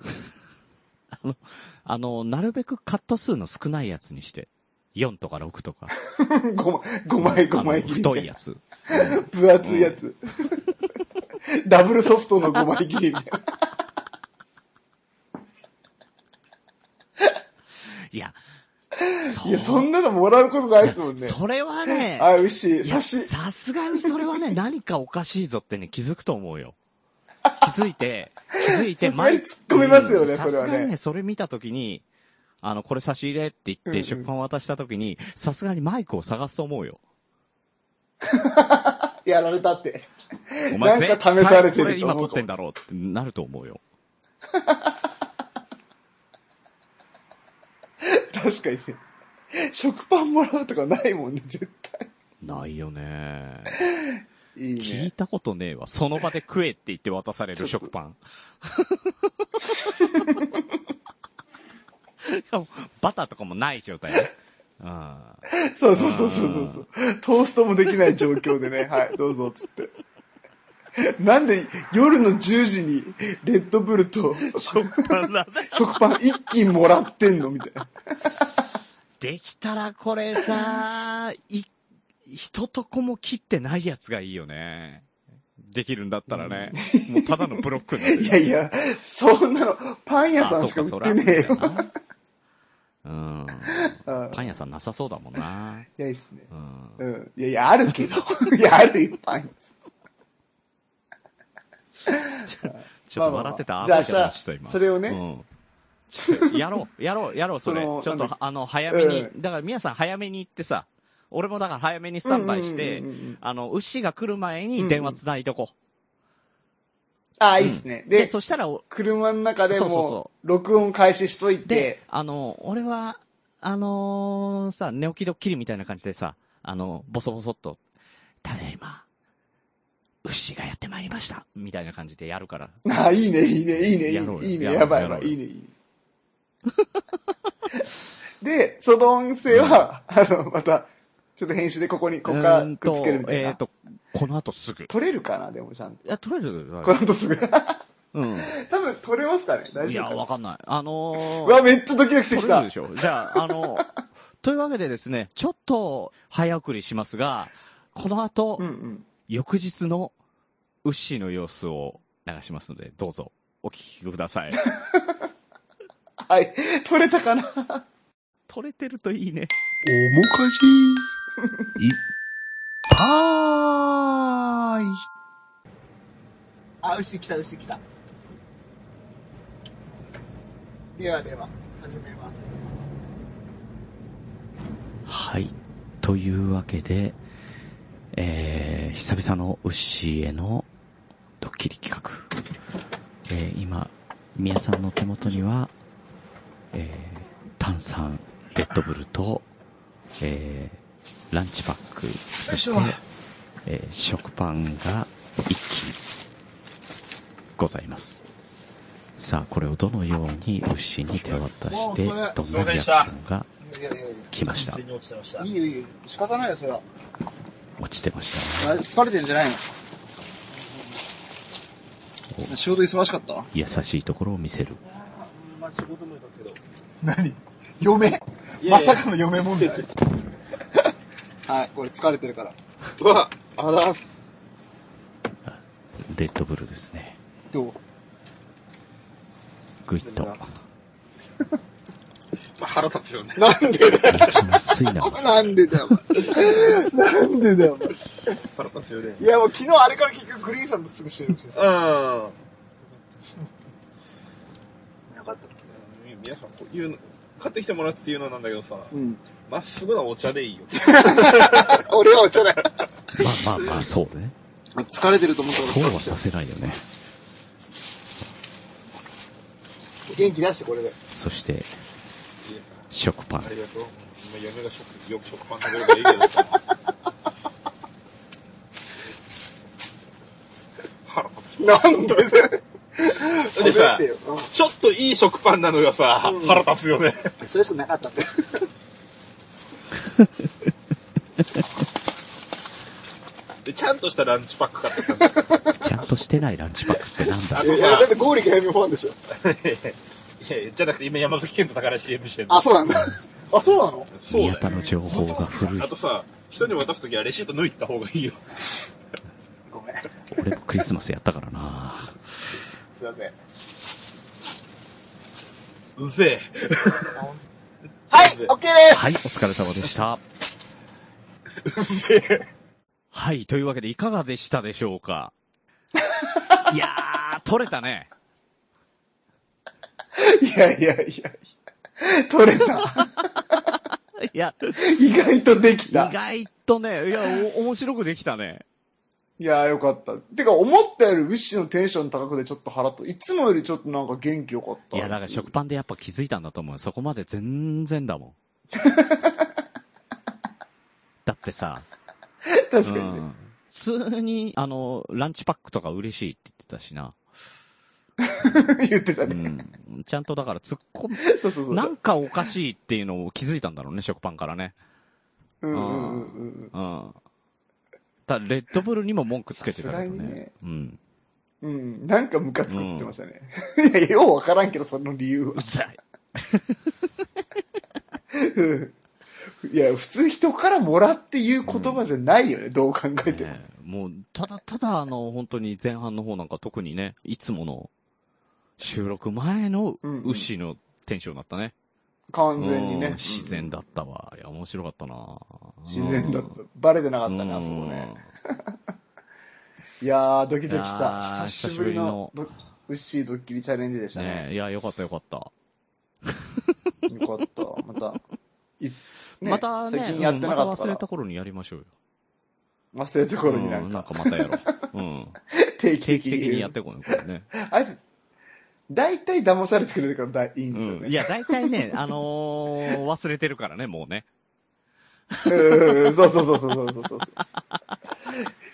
S3: うん。
S2: あの、なるべくカット数の少ないやつにして。4とか6と か。
S3: 5枚、5枚、5枚
S2: あ
S3: 切
S2: の
S3: り。
S2: 太いやつ。
S3: 分厚いやつ。ダブルソフトの5枚切りみたいな。
S2: いや。
S3: いや、そんなのもらうことないですもんね。
S2: それはね、
S3: あ、牛、
S2: いや
S3: 差し。
S2: さすがにそれ はね、何かおかしいぞってね、気づくと思うよ。気づいて、気づいて、
S3: さすがに突っ込みますよね
S2: うん
S3: それは
S2: さす
S3: ね
S2: がにね、それ見たときに、あの、これ差し入れって言っ
S3: うんう
S2: て、
S3: ん
S2: 食パン渡したときに、さすがにマイクを探すと思うよ。
S3: やられたって。
S2: お
S3: なんか試され
S2: 絶
S3: てると思う
S2: 対これ今撮ってんだろうってなると思うよ。
S3: 確かにね。食パンもらうとかないもんね、絶対。
S2: ないよね。
S3: いいね。
S2: 聞いたことねえわ。その場で食えって言って渡される食パン。しかもバターとかもない状態ね。うん。
S3: そうそうそうそうそうそう。トーストもできない状況でね、はい、どうぞ、つって。なんで夜の10時にレッドブルと
S2: 食パンだね。
S3: 食パン一斤もらってんのみたいな。
S2: できたらこれさ、い、一とこも切ってないやつがいいよね。できるんだったらね。もうただのブロックになってる
S3: いやいや、そんなのパン屋さんしか売ってねえよ。
S2: うん。
S3: うん
S2: パン屋さんなさそうだもんな。
S3: いや、いいっすね。
S2: うん。
S3: うん。いやいや、あるけど。 いや、あるよ、パン屋さん。
S2: ちょっと笑ってた。
S3: まあまあ
S2: 後で話した
S3: じゃあさそれをね
S2: うんち ょやろう、やろう、やろう、それ。
S3: その
S2: ちょっ
S3: なん
S2: と
S3: だ、
S2: あの、早めに、
S3: う
S2: だから、皆さん早めに行ってさ、俺もだから早めにスタンバイして、
S3: うんうんうんうんうん
S2: あの、牛が来る前に電話つないとこ
S3: ああ、いいっすね。
S2: う。で、
S3: で、
S2: そしたら、お
S3: 車の中で
S2: そうそうそ
S3: も、録音開始しとい
S2: で
S3: て、、
S2: あの、俺は、あのーさ、寝起きドッキリみたいな感じでさ、あの、ボソボソっと、ただいま、牛がやってまいりました、みたいな感じでやるから。
S3: ああ、いいね、いいね、いいね、いい
S2: やろうよ
S3: ね、いいね、
S2: やろう
S3: やばい
S2: や
S3: や
S2: ろ
S3: ば
S2: うよ
S3: い、いいね、いい ね。で、その音声は、あの、また、ちょっと編集でここに、ここか
S2: うー
S3: ら
S2: ん
S3: くっつけるみ
S2: と、
S3: たい
S2: え
S3: な。
S2: っ、と、この後すぐ。
S3: 取れるかな、でもちゃんと。
S2: いや、取れる
S3: この後す ぐ。
S2: うん。
S3: 多分取れますかね大
S2: い
S3: 丈
S2: や、
S3: 夫かな
S2: わかんない。あのー、
S3: うわ、めっちゃドキドキしてき
S2: 取れる
S3: た
S2: で。しょ。じゃあ、あの ー、というわけでですね、ちょっと早送りしますが、この後、
S3: うんうん。
S2: 翌日のウッシーの様子を流しますので、どうぞお聞きくだ さい。
S3: はい。 取れたかな
S2: 取れてるといいね。
S4: おもかじ、いっぱーい。
S3: あ、牛来た、牛来た。ではでは、始めます。
S2: はい。というわけで、えー、久々のウッシーへのドッキリ企画。えー、今、宮さんの手元には、えー、炭酸、レッドブルと、えー、ランチパック、そし、
S3: よいして
S2: えー、食パンが一斤ございます。さあ、これをどのようにウッシーに手渡して、どんなリアクションが
S3: いやいやい
S2: 来ました。
S3: や、いいよいいよ。仕方ないよ、それは。
S2: 落ちてましたね。
S3: 疲れてんじゃないの仕事忙しかった
S2: 優しいところを見せる。
S3: 何嫁まさかの嫁問題。 はい、これ疲れてるから。
S2: レッドブルですね。
S3: どう
S2: グイッと。
S3: なんでだよ。
S2: その水 なの。
S3: なんでだよ。お前なんでだよ。お前いや、もう昨日あれから結局グリーンさんとすぐ収録してさ。よかった。
S9: 皆さんこういうの買ってきてもらってっていうのなんだけどさ、
S3: うん。
S9: まっすぐなお茶でいいよ。
S3: 俺はお茶だ。
S2: まあまあまあ、そうね。
S3: 疲れてると思った
S2: そうはさせないよね。
S3: 元気出してこれで。
S2: そして、食パン
S9: あ。りがとう。今嫁が食、よく食パン食べればいいけどさ。腹立つ
S3: なんだよ。それ
S9: でさ
S3: ってよ。うん
S9: ちょっといい食パンなのがさ、
S3: うん
S9: 腹立つよね。
S3: それしかなかったんだよ。
S9: で、ちゃんとしたランチパック買ってきたんだよ。
S2: ちゃんとしてないランチパックってなんだ
S9: あ
S3: い
S9: と
S3: やいやだっ
S9: さ、
S3: てゴーリキヘミファンでしょ。
S9: いやいや、じゃなくて今山崎健太だから CM してる
S3: あ、そうなんだ。あ、そうなの
S9: そうだ
S2: 宮
S9: よ
S2: 田の情報が古い
S9: あ。とさ、人に渡すときはレシート抜いてた方がいいよ。
S3: ごめん。
S2: 俺もクリスマスやったからな
S3: すいません。
S9: うぜ
S3: はい、OK
S2: はい、
S3: です
S2: お疲れ様でした。はい、というわけでいかがでしたでしょうかいやー、取れたね。
S3: いやいやいやいや。取れた。
S2: いや、
S3: 意外とでき
S2: 意
S3: た。
S2: 外とね、いや、お面白くできたね。
S3: いやーよかった。てか、思ったよりウッシーのテンション高くてちょっと腹と、いつもよりちょっとなんか元気よかった。
S2: いや、だから食パンでやっぱ気づいたんだと思うよ。そこまで全然だ もん。だってさ、
S3: 確かに
S2: う
S3: ね。
S2: ん普通に、あの、ランチパックとか嬉しいって言ってたしな。
S3: 言ってた
S2: う
S3: ね。
S2: ん。ちゃんとだから突っ込む、
S3: そうそうそう。
S2: なんかおかしいっていうのを気づいたんだろうね、食パンからね。
S3: うんうんうんうん
S2: うん。ただ、レッドブルにも文句つけてたけど
S3: さすが
S2: ね。
S3: にね
S2: うん。
S3: うん。うん。なんかムカつくって言ってましたね。いや、ようわからんけど、その理由は
S2: う。ざい。
S3: うんいや、普通人からもらって言う言葉じゃないよね、どう考えても。
S2: ね もう、ただただ、あの、本当に前半の方なんか特にね、いつもの収録前の
S3: うんうん
S2: 牛のテンションだったね。
S3: 完全に
S2: うん
S3: ね。
S2: 自然だったわ。いや、面白かったな
S3: 自然だっ
S2: う
S3: た
S2: ん。
S3: バレてなかったね、あそこね。いやー、ドキドキし
S2: いや
S3: た。
S2: ー
S3: 久しぶりの、どウッシードッキリチャレンジでした
S2: ね
S3: ね。
S2: えいや、よかったよかった。
S3: よかった。また、いね
S2: またね、
S3: 最近やってな
S2: うん
S3: かった
S2: また
S3: か
S2: 忘れ
S3: ら
S2: た。頃にやりましょうよ。
S3: 忘れた頃にな
S2: うんんなん
S3: か、
S2: かまたやろう。うん。
S3: 定期
S2: 定
S3: 的
S2: 期
S3: に。
S2: 的にやってこいよ、これね。
S3: あいつ、大体騙されてくれるからだいいんですよ
S2: うん。い
S3: ね。
S2: や、大体ね、あのー忘れてるからね、もうね。
S3: うん、そうそうそうそうそうそうそう。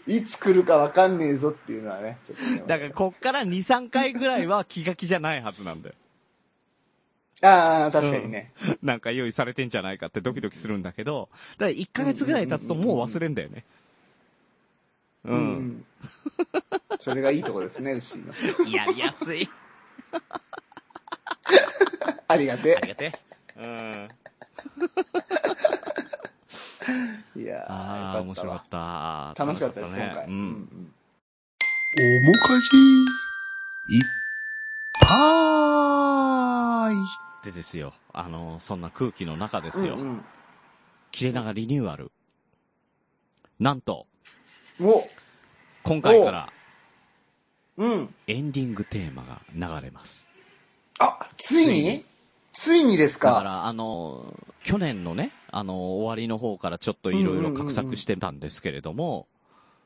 S3: いつ来るかわかんねえぞっていうのはね。ちょっとね
S2: だから、こっから2、3回ぐらいは気が気じゃないはずなんだよ。
S3: ああ、確かにね。
S2: なんか用意されてんじゃないかってドキドキするんだけど、だから1ヶ月ぐらい経つともう忘れんだよね。う。
S3: うんん。それがいいとこですね、牛の。
S2: やりやすい。
S3: ありが
S2: あり
S3: て
S2: がてえ。うん。
S3: え。いや
S2: ああ、面白かっ。
S3: ったたわ。楽しかったで
S2: 楽
S3: す、今
S2: しかっ
S3: 回。
S2: たねうん。
S4: おもかじいっぱい
S2: でですよ、あの、そんな空気の中で
S3: う
S2: す
S3: ん。う
S2: よ。
S3: ん
S2: 切れ長リニューアル。なんと、
S3: うん。お
S2: 今回から
S3: うん。
S2: エンディングテーマが流れます。
S3: あ、ついについにです
S2: だか、
S3: から
S2: あの、去年のね、あの、終わりの方からちょっといろいろ画策してたんですけれども、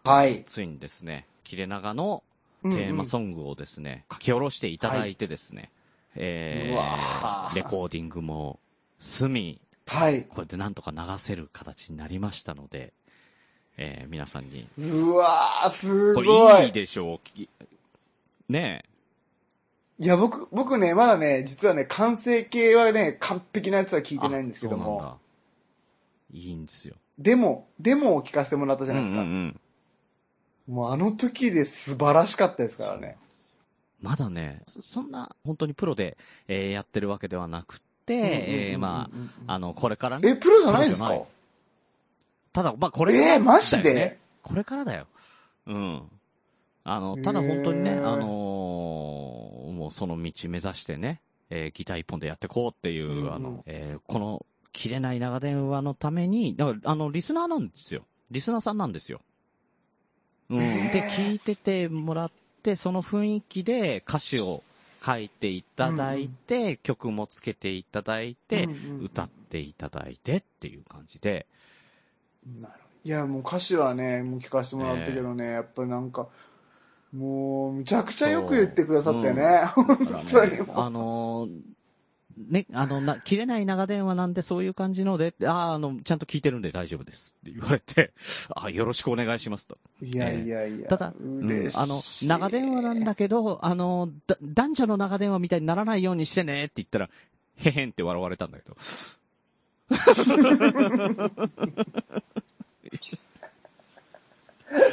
S3: はい。
S2: ついにですね、切れ長の
S3: テ
S2: テーマソングをですね、書き下ろしていただいてですね、え
S3: うわ
S2: ー、
S3: ー
S2: レコーディングも済み、
S3: はい。
S2: これでなんとか流せる形になりましたので、えー、皆さんに、
S3: うわー、す
S2: こ
S3: ご
S2: れいい
S3: い。
S2: でしょうき、ね
S3: いや、僕、僕ね、まだね、実はね、完成形はね、完璧なやつは聞
S2: え。
S3: いてないんですけど
S2: あそうなん
S3: も
S2: だ、いいんですよ。
S3: でも、でもを聞かせてもらったじゃないです
S2: うんう
S3: か。
S2: んうん
S3: もうあの時で素晴らしかったですからね。
S2: まだね、そそんな、本当にプロで、えー、やってるわけではなくて、えー、まあ、あの、これからね、
S3: え、プロじゃないんですか
S2: プロただ、まあ、これから
S3: えー、マジ
S2: だよね
S3: で
S2: これからだよ。うん。あの、ただ本当にね、
S3: へー
S2: あのーもうその道目指してね、えーギター一本でやってこうっていう、
S3: うんうん
S2: あの、えーこの、切れない長電話のために、だから、あの、リスナーなんですよ。リスナーさんなんですよ。うん。
S3: へー
S2: で、聞いててもらって、その雰囲気で歌詞を書いていただいて、曲もつけていただいて、
S3: うんうんうん
S2: 歌っていただいてっていう感じで、
S3: なるほどいや、もう歌詞はね、もう聞かせてもらったけどね、やっぱりなんか、もう、むちゃくちゃよく言ってくださったよね。本当にもう。
S2: あのーね、あの、な、切れない長電話なんでそういう感じので、あー、あの、ちゃんと聞いてるんで大丈夫ですって言われて、あ、よろしくお願いしますと。
S3: いやいやいや。
S2: ただ、うん
S3: 嬉しい
S2: あの、長電話なんだけど、あの、だ男女の長電話みたいにならないようにしてねって言ったら、へへんって笑われたんだけど。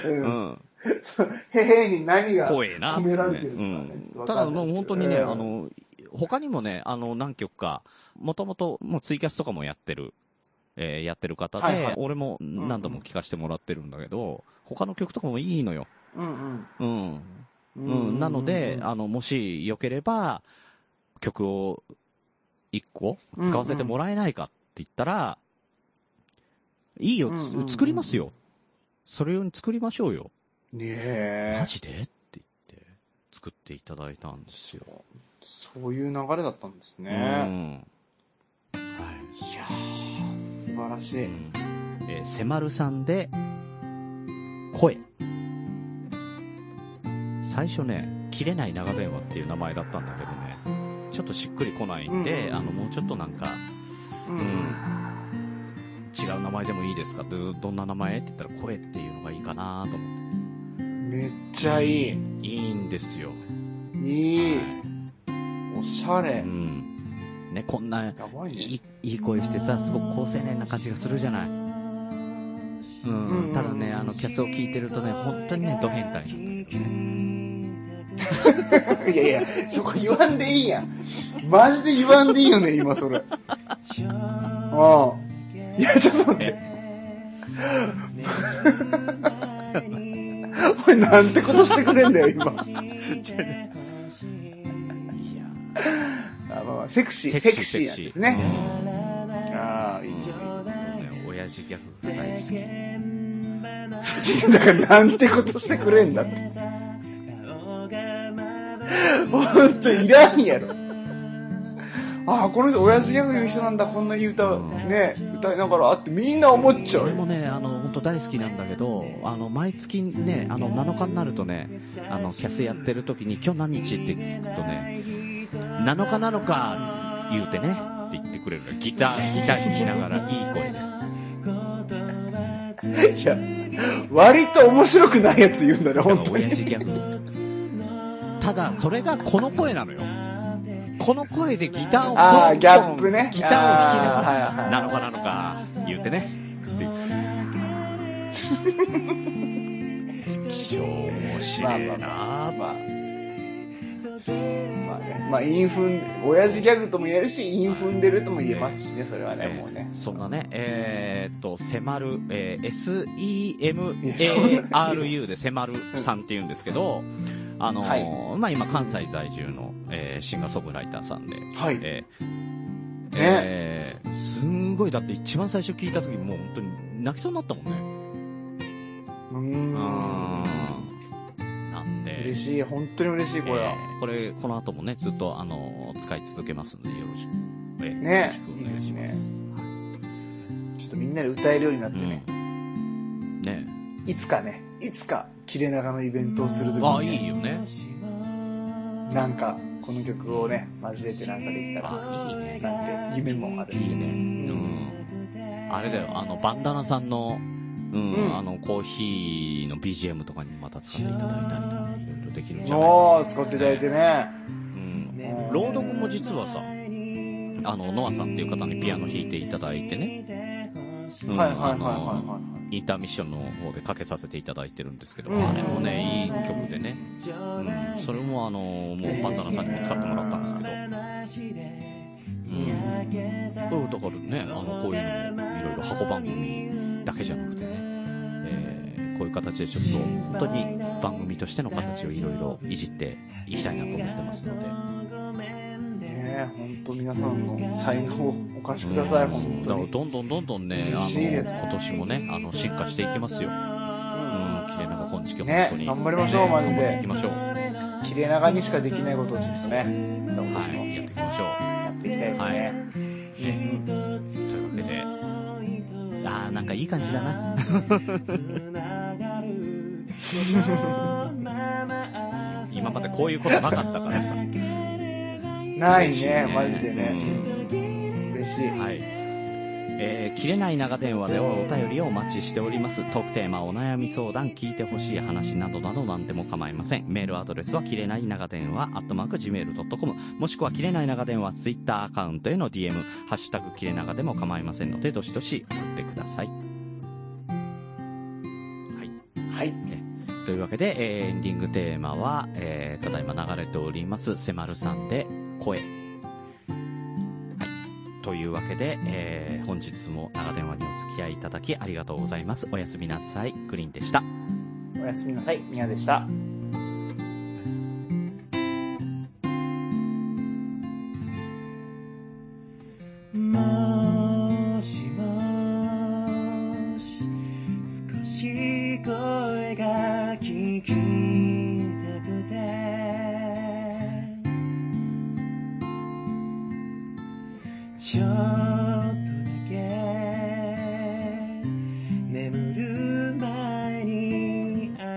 S3: う
S2: うんん。
S3: そうへへに何が
S2: 怖えな。
S3: 褒められてるの
S2: う
S3: か
S2: ん
S3: ね。ちょっと
S2: た
S3: わか
S2: だ、
S3: んな
S2: もう
S3: いです
S2: 本
S3: けど
S2: 当にね、あ、の、他にもね、あの、何曲か、もともと、もうツイキャスとかもやってる、えーやってる方で、
S3: はいはい
S2: 俺も
S3: うん
S2: 何度も聴かせてもらってるんだけど、他の曲とかもいいのよ。
S3: う
S2: う
S3: ん
S2: ん。
S3: うん。
S2: うん。なので、
S3: うん
S2: あの、もしよければ、曲を一個使わせてもらえないかって言ったら、いいよ、つ
S3: うんうんうん
S2: 作りますよ。それ用に作りましょうよ。
S3: ねえ
S2: マ。ジでって言って、作っていただいたんですよ。
S3: そういう流れだったんです
S2: う
S3: ね。
S2: ん。はい。
S3: いやー素晴らしい。
S2: えー、せまるさんで、声。最初ね、切れない長電話っていう名前だったんだけどね、ちょっとしっくりこないんで、
S3: うん
S2: あの、もうちょっとなんか、
S3: うん
S2: 違う名前でもいいですかどどんな名前って言ったら声っていうのがいいかなと思っ
S3: うんめっちゃいい。
S2: て。いいんですよ。
S3: いい。おしゃ
S2: う
S3: れ。
S2: ん。ね、こんな、
S3: やばいね。
S2: いいいい声してさ、すごく好青年な感じがするじゃない。うん、ただね、あの、キャスを聞いてるとね、本当にね、ド変態なんだけどね。
S3: いやいや、そこ言わんでいいやん。マジで言わんでいいよね、今それ。ああ。いや、ちょっと待って。おい、なんてことしてくれんだよ、今。
S2: いや
S3: あまあまあセクシー、
S2: セ
S3: セ
S2: クシー
S3: クシーなんです
S2: セクシ
S3: ね。ああ、いいですね。
S2: ー、ね、親父ギャグが大好き。
S3: だからなんてことしてくれんだって。ほんといらんやろ。ああ、この人、親父ギャグ言う人なんだ、こんないい歌、ね、歌いながらあってみんな思っちゃう
S2: 俺
S3: よ。
S2: もね、あの、本当大好きなんだけど、あの、毎月ね、あの、7日になるとね、あの、キャスやってる時に、今日何日って聞くとね、7日なのか、言うてね、って言ってくれるのギター、ギター弾きながら、いい声で。
S3: いや、割と面白くないやつ言うんだね、
S2: だ
S3: ほ
S2: か
S3: ん
S2: ら
S3: と
S2: 親
S3: に。
S2: 父ギャグ。ただ、それがこの声なのよ。この声でギターを
S3: あ
S2: ポ
S3: あ、
S2: ン
S3: ギャップね。
S2: ギターを弾きながら、
S3: ああはいはい
S2: なのかなのか、言ってね。っ ていう。気象面白いなぁ。
S3: まあまあね、まあ、陰踏ん、親父ギャグとも言えるし、陰踏んでるとも言えますしね、それはね、もうね。
S2: そんなね、えーっと、セマル、えー SEMARU でセマルさんって言うんですけど、あのーまあ、今関西在住の、えーシンガーソングライターさんで、
S3: はい。
S2: えーえーすんごい、だって一番最初聞いた時もう本当に泣きそうになったもんね。
S3: うー。
S2: うんん。なんで、
S3: 嬉しい、本当に嬉しい、これは。
S2: えーこれ、この後もね、ずっと、あのー使い続けますんで、よろしく、えー
S3: ね
S2: よろしくお願いします。
S3: いいですちょっとみんなで歌えるようになってね、
S2: うんね
S3: いつかね、いつか、切れ長のイベントをするとき
S2: あ、
S3: に、
S2: いいよね。
S3: なんか、この曲をね、交えてなんかできたら、
S2: あ、いいね。
S3: なんて夢もある。
S2: いいね。うん。あれだよ、あの、バンダナさんの、うん、
S3: うん
S2: あの、コーヒーの BGM とかにもまた使っていただいたりとか、いろいろできるんじゃない
S3: おー、使っていただいてね。
S2: うん。朗読も実はさ、あの、ノアさんっていう方にピアノ弾いていただいてね。うん
S3: はいはいはいはい
S2: あの
S3: はいはい。
S2: インターミッションの方でかけさせていただいてるんですけど、
S3: うん
S2: あれもね、いい曲でね。うん。それもあの、もうパンダナさんにも使ってもらったんですけど。うん。これだからね、あの、こういうのも、いろいろ箱番組だけじゃなくてね、えーこういう形でちょっと、本当に番組としての形をいろいろいじっていきたいなと思ってますので。
S3: ねえ、本当皆さんの才能をお貸しください、本当
S2: だ
S3: に。
S2: からどんどんどんどんね、あの、
S3: 嬉しいです
S2: 今年もね、あの、進化していきますよ。うん、綺麗な今時期
S3: ね
S2: 本当に。
S3: 頑張りましょうマジで
S2: 頑張っていきましょう。
S10: 切れ長にしかできないことをちょっとね、
S2: はい、やっていきましょう。
S10: やっていきたいです
S2: はい
S10: ね。
S2: ねというわけで、あー、なんかいい感じだ な。今までこういうことなかったからさ。
S10: ない
S2: 嬉しい
S10: ね、マジでね。嬉しい。
S2: うんはい。えー切れない長電話ではお便りをお待ちしております。トークテーマ、お悩み相談、聞いてほしい話などなど何でも構いません。メールアドレスは、切れない長電話、アットマーク、gmail.com、もしくは、切れない長電話、ツイッターアカウントへの DM、ハッシュタグ、切れ長でも構いませんので、どしどし送ってください。はい。
S10: はい。
S2: というわけで、えーエンディングテーマは、えーただいま流れております、せまるさんで、声。はい。というわけで、えー本日も長電話にお付き合いいただきありがとうございます。おやすみなさい。グリーンでした。
S10: おやすみなさい。みなでした。
S3: もしもし少し声が聞きたくてちょっとだけ眠る前に相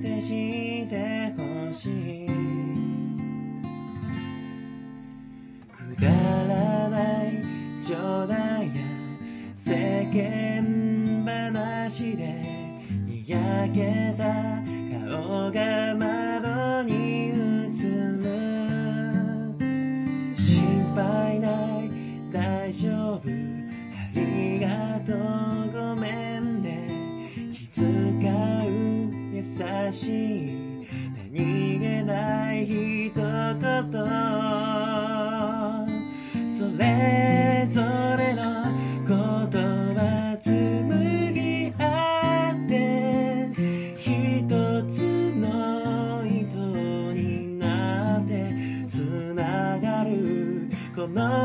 S3: 手してほしいくだらない冗談や世間話でにやけた顔が窓に映る心配ない大丈夫ありがとうごめんね気遣う優しい何気ない一言それぞれの言葉紡ぎ合って一つの糸になって繋がるこの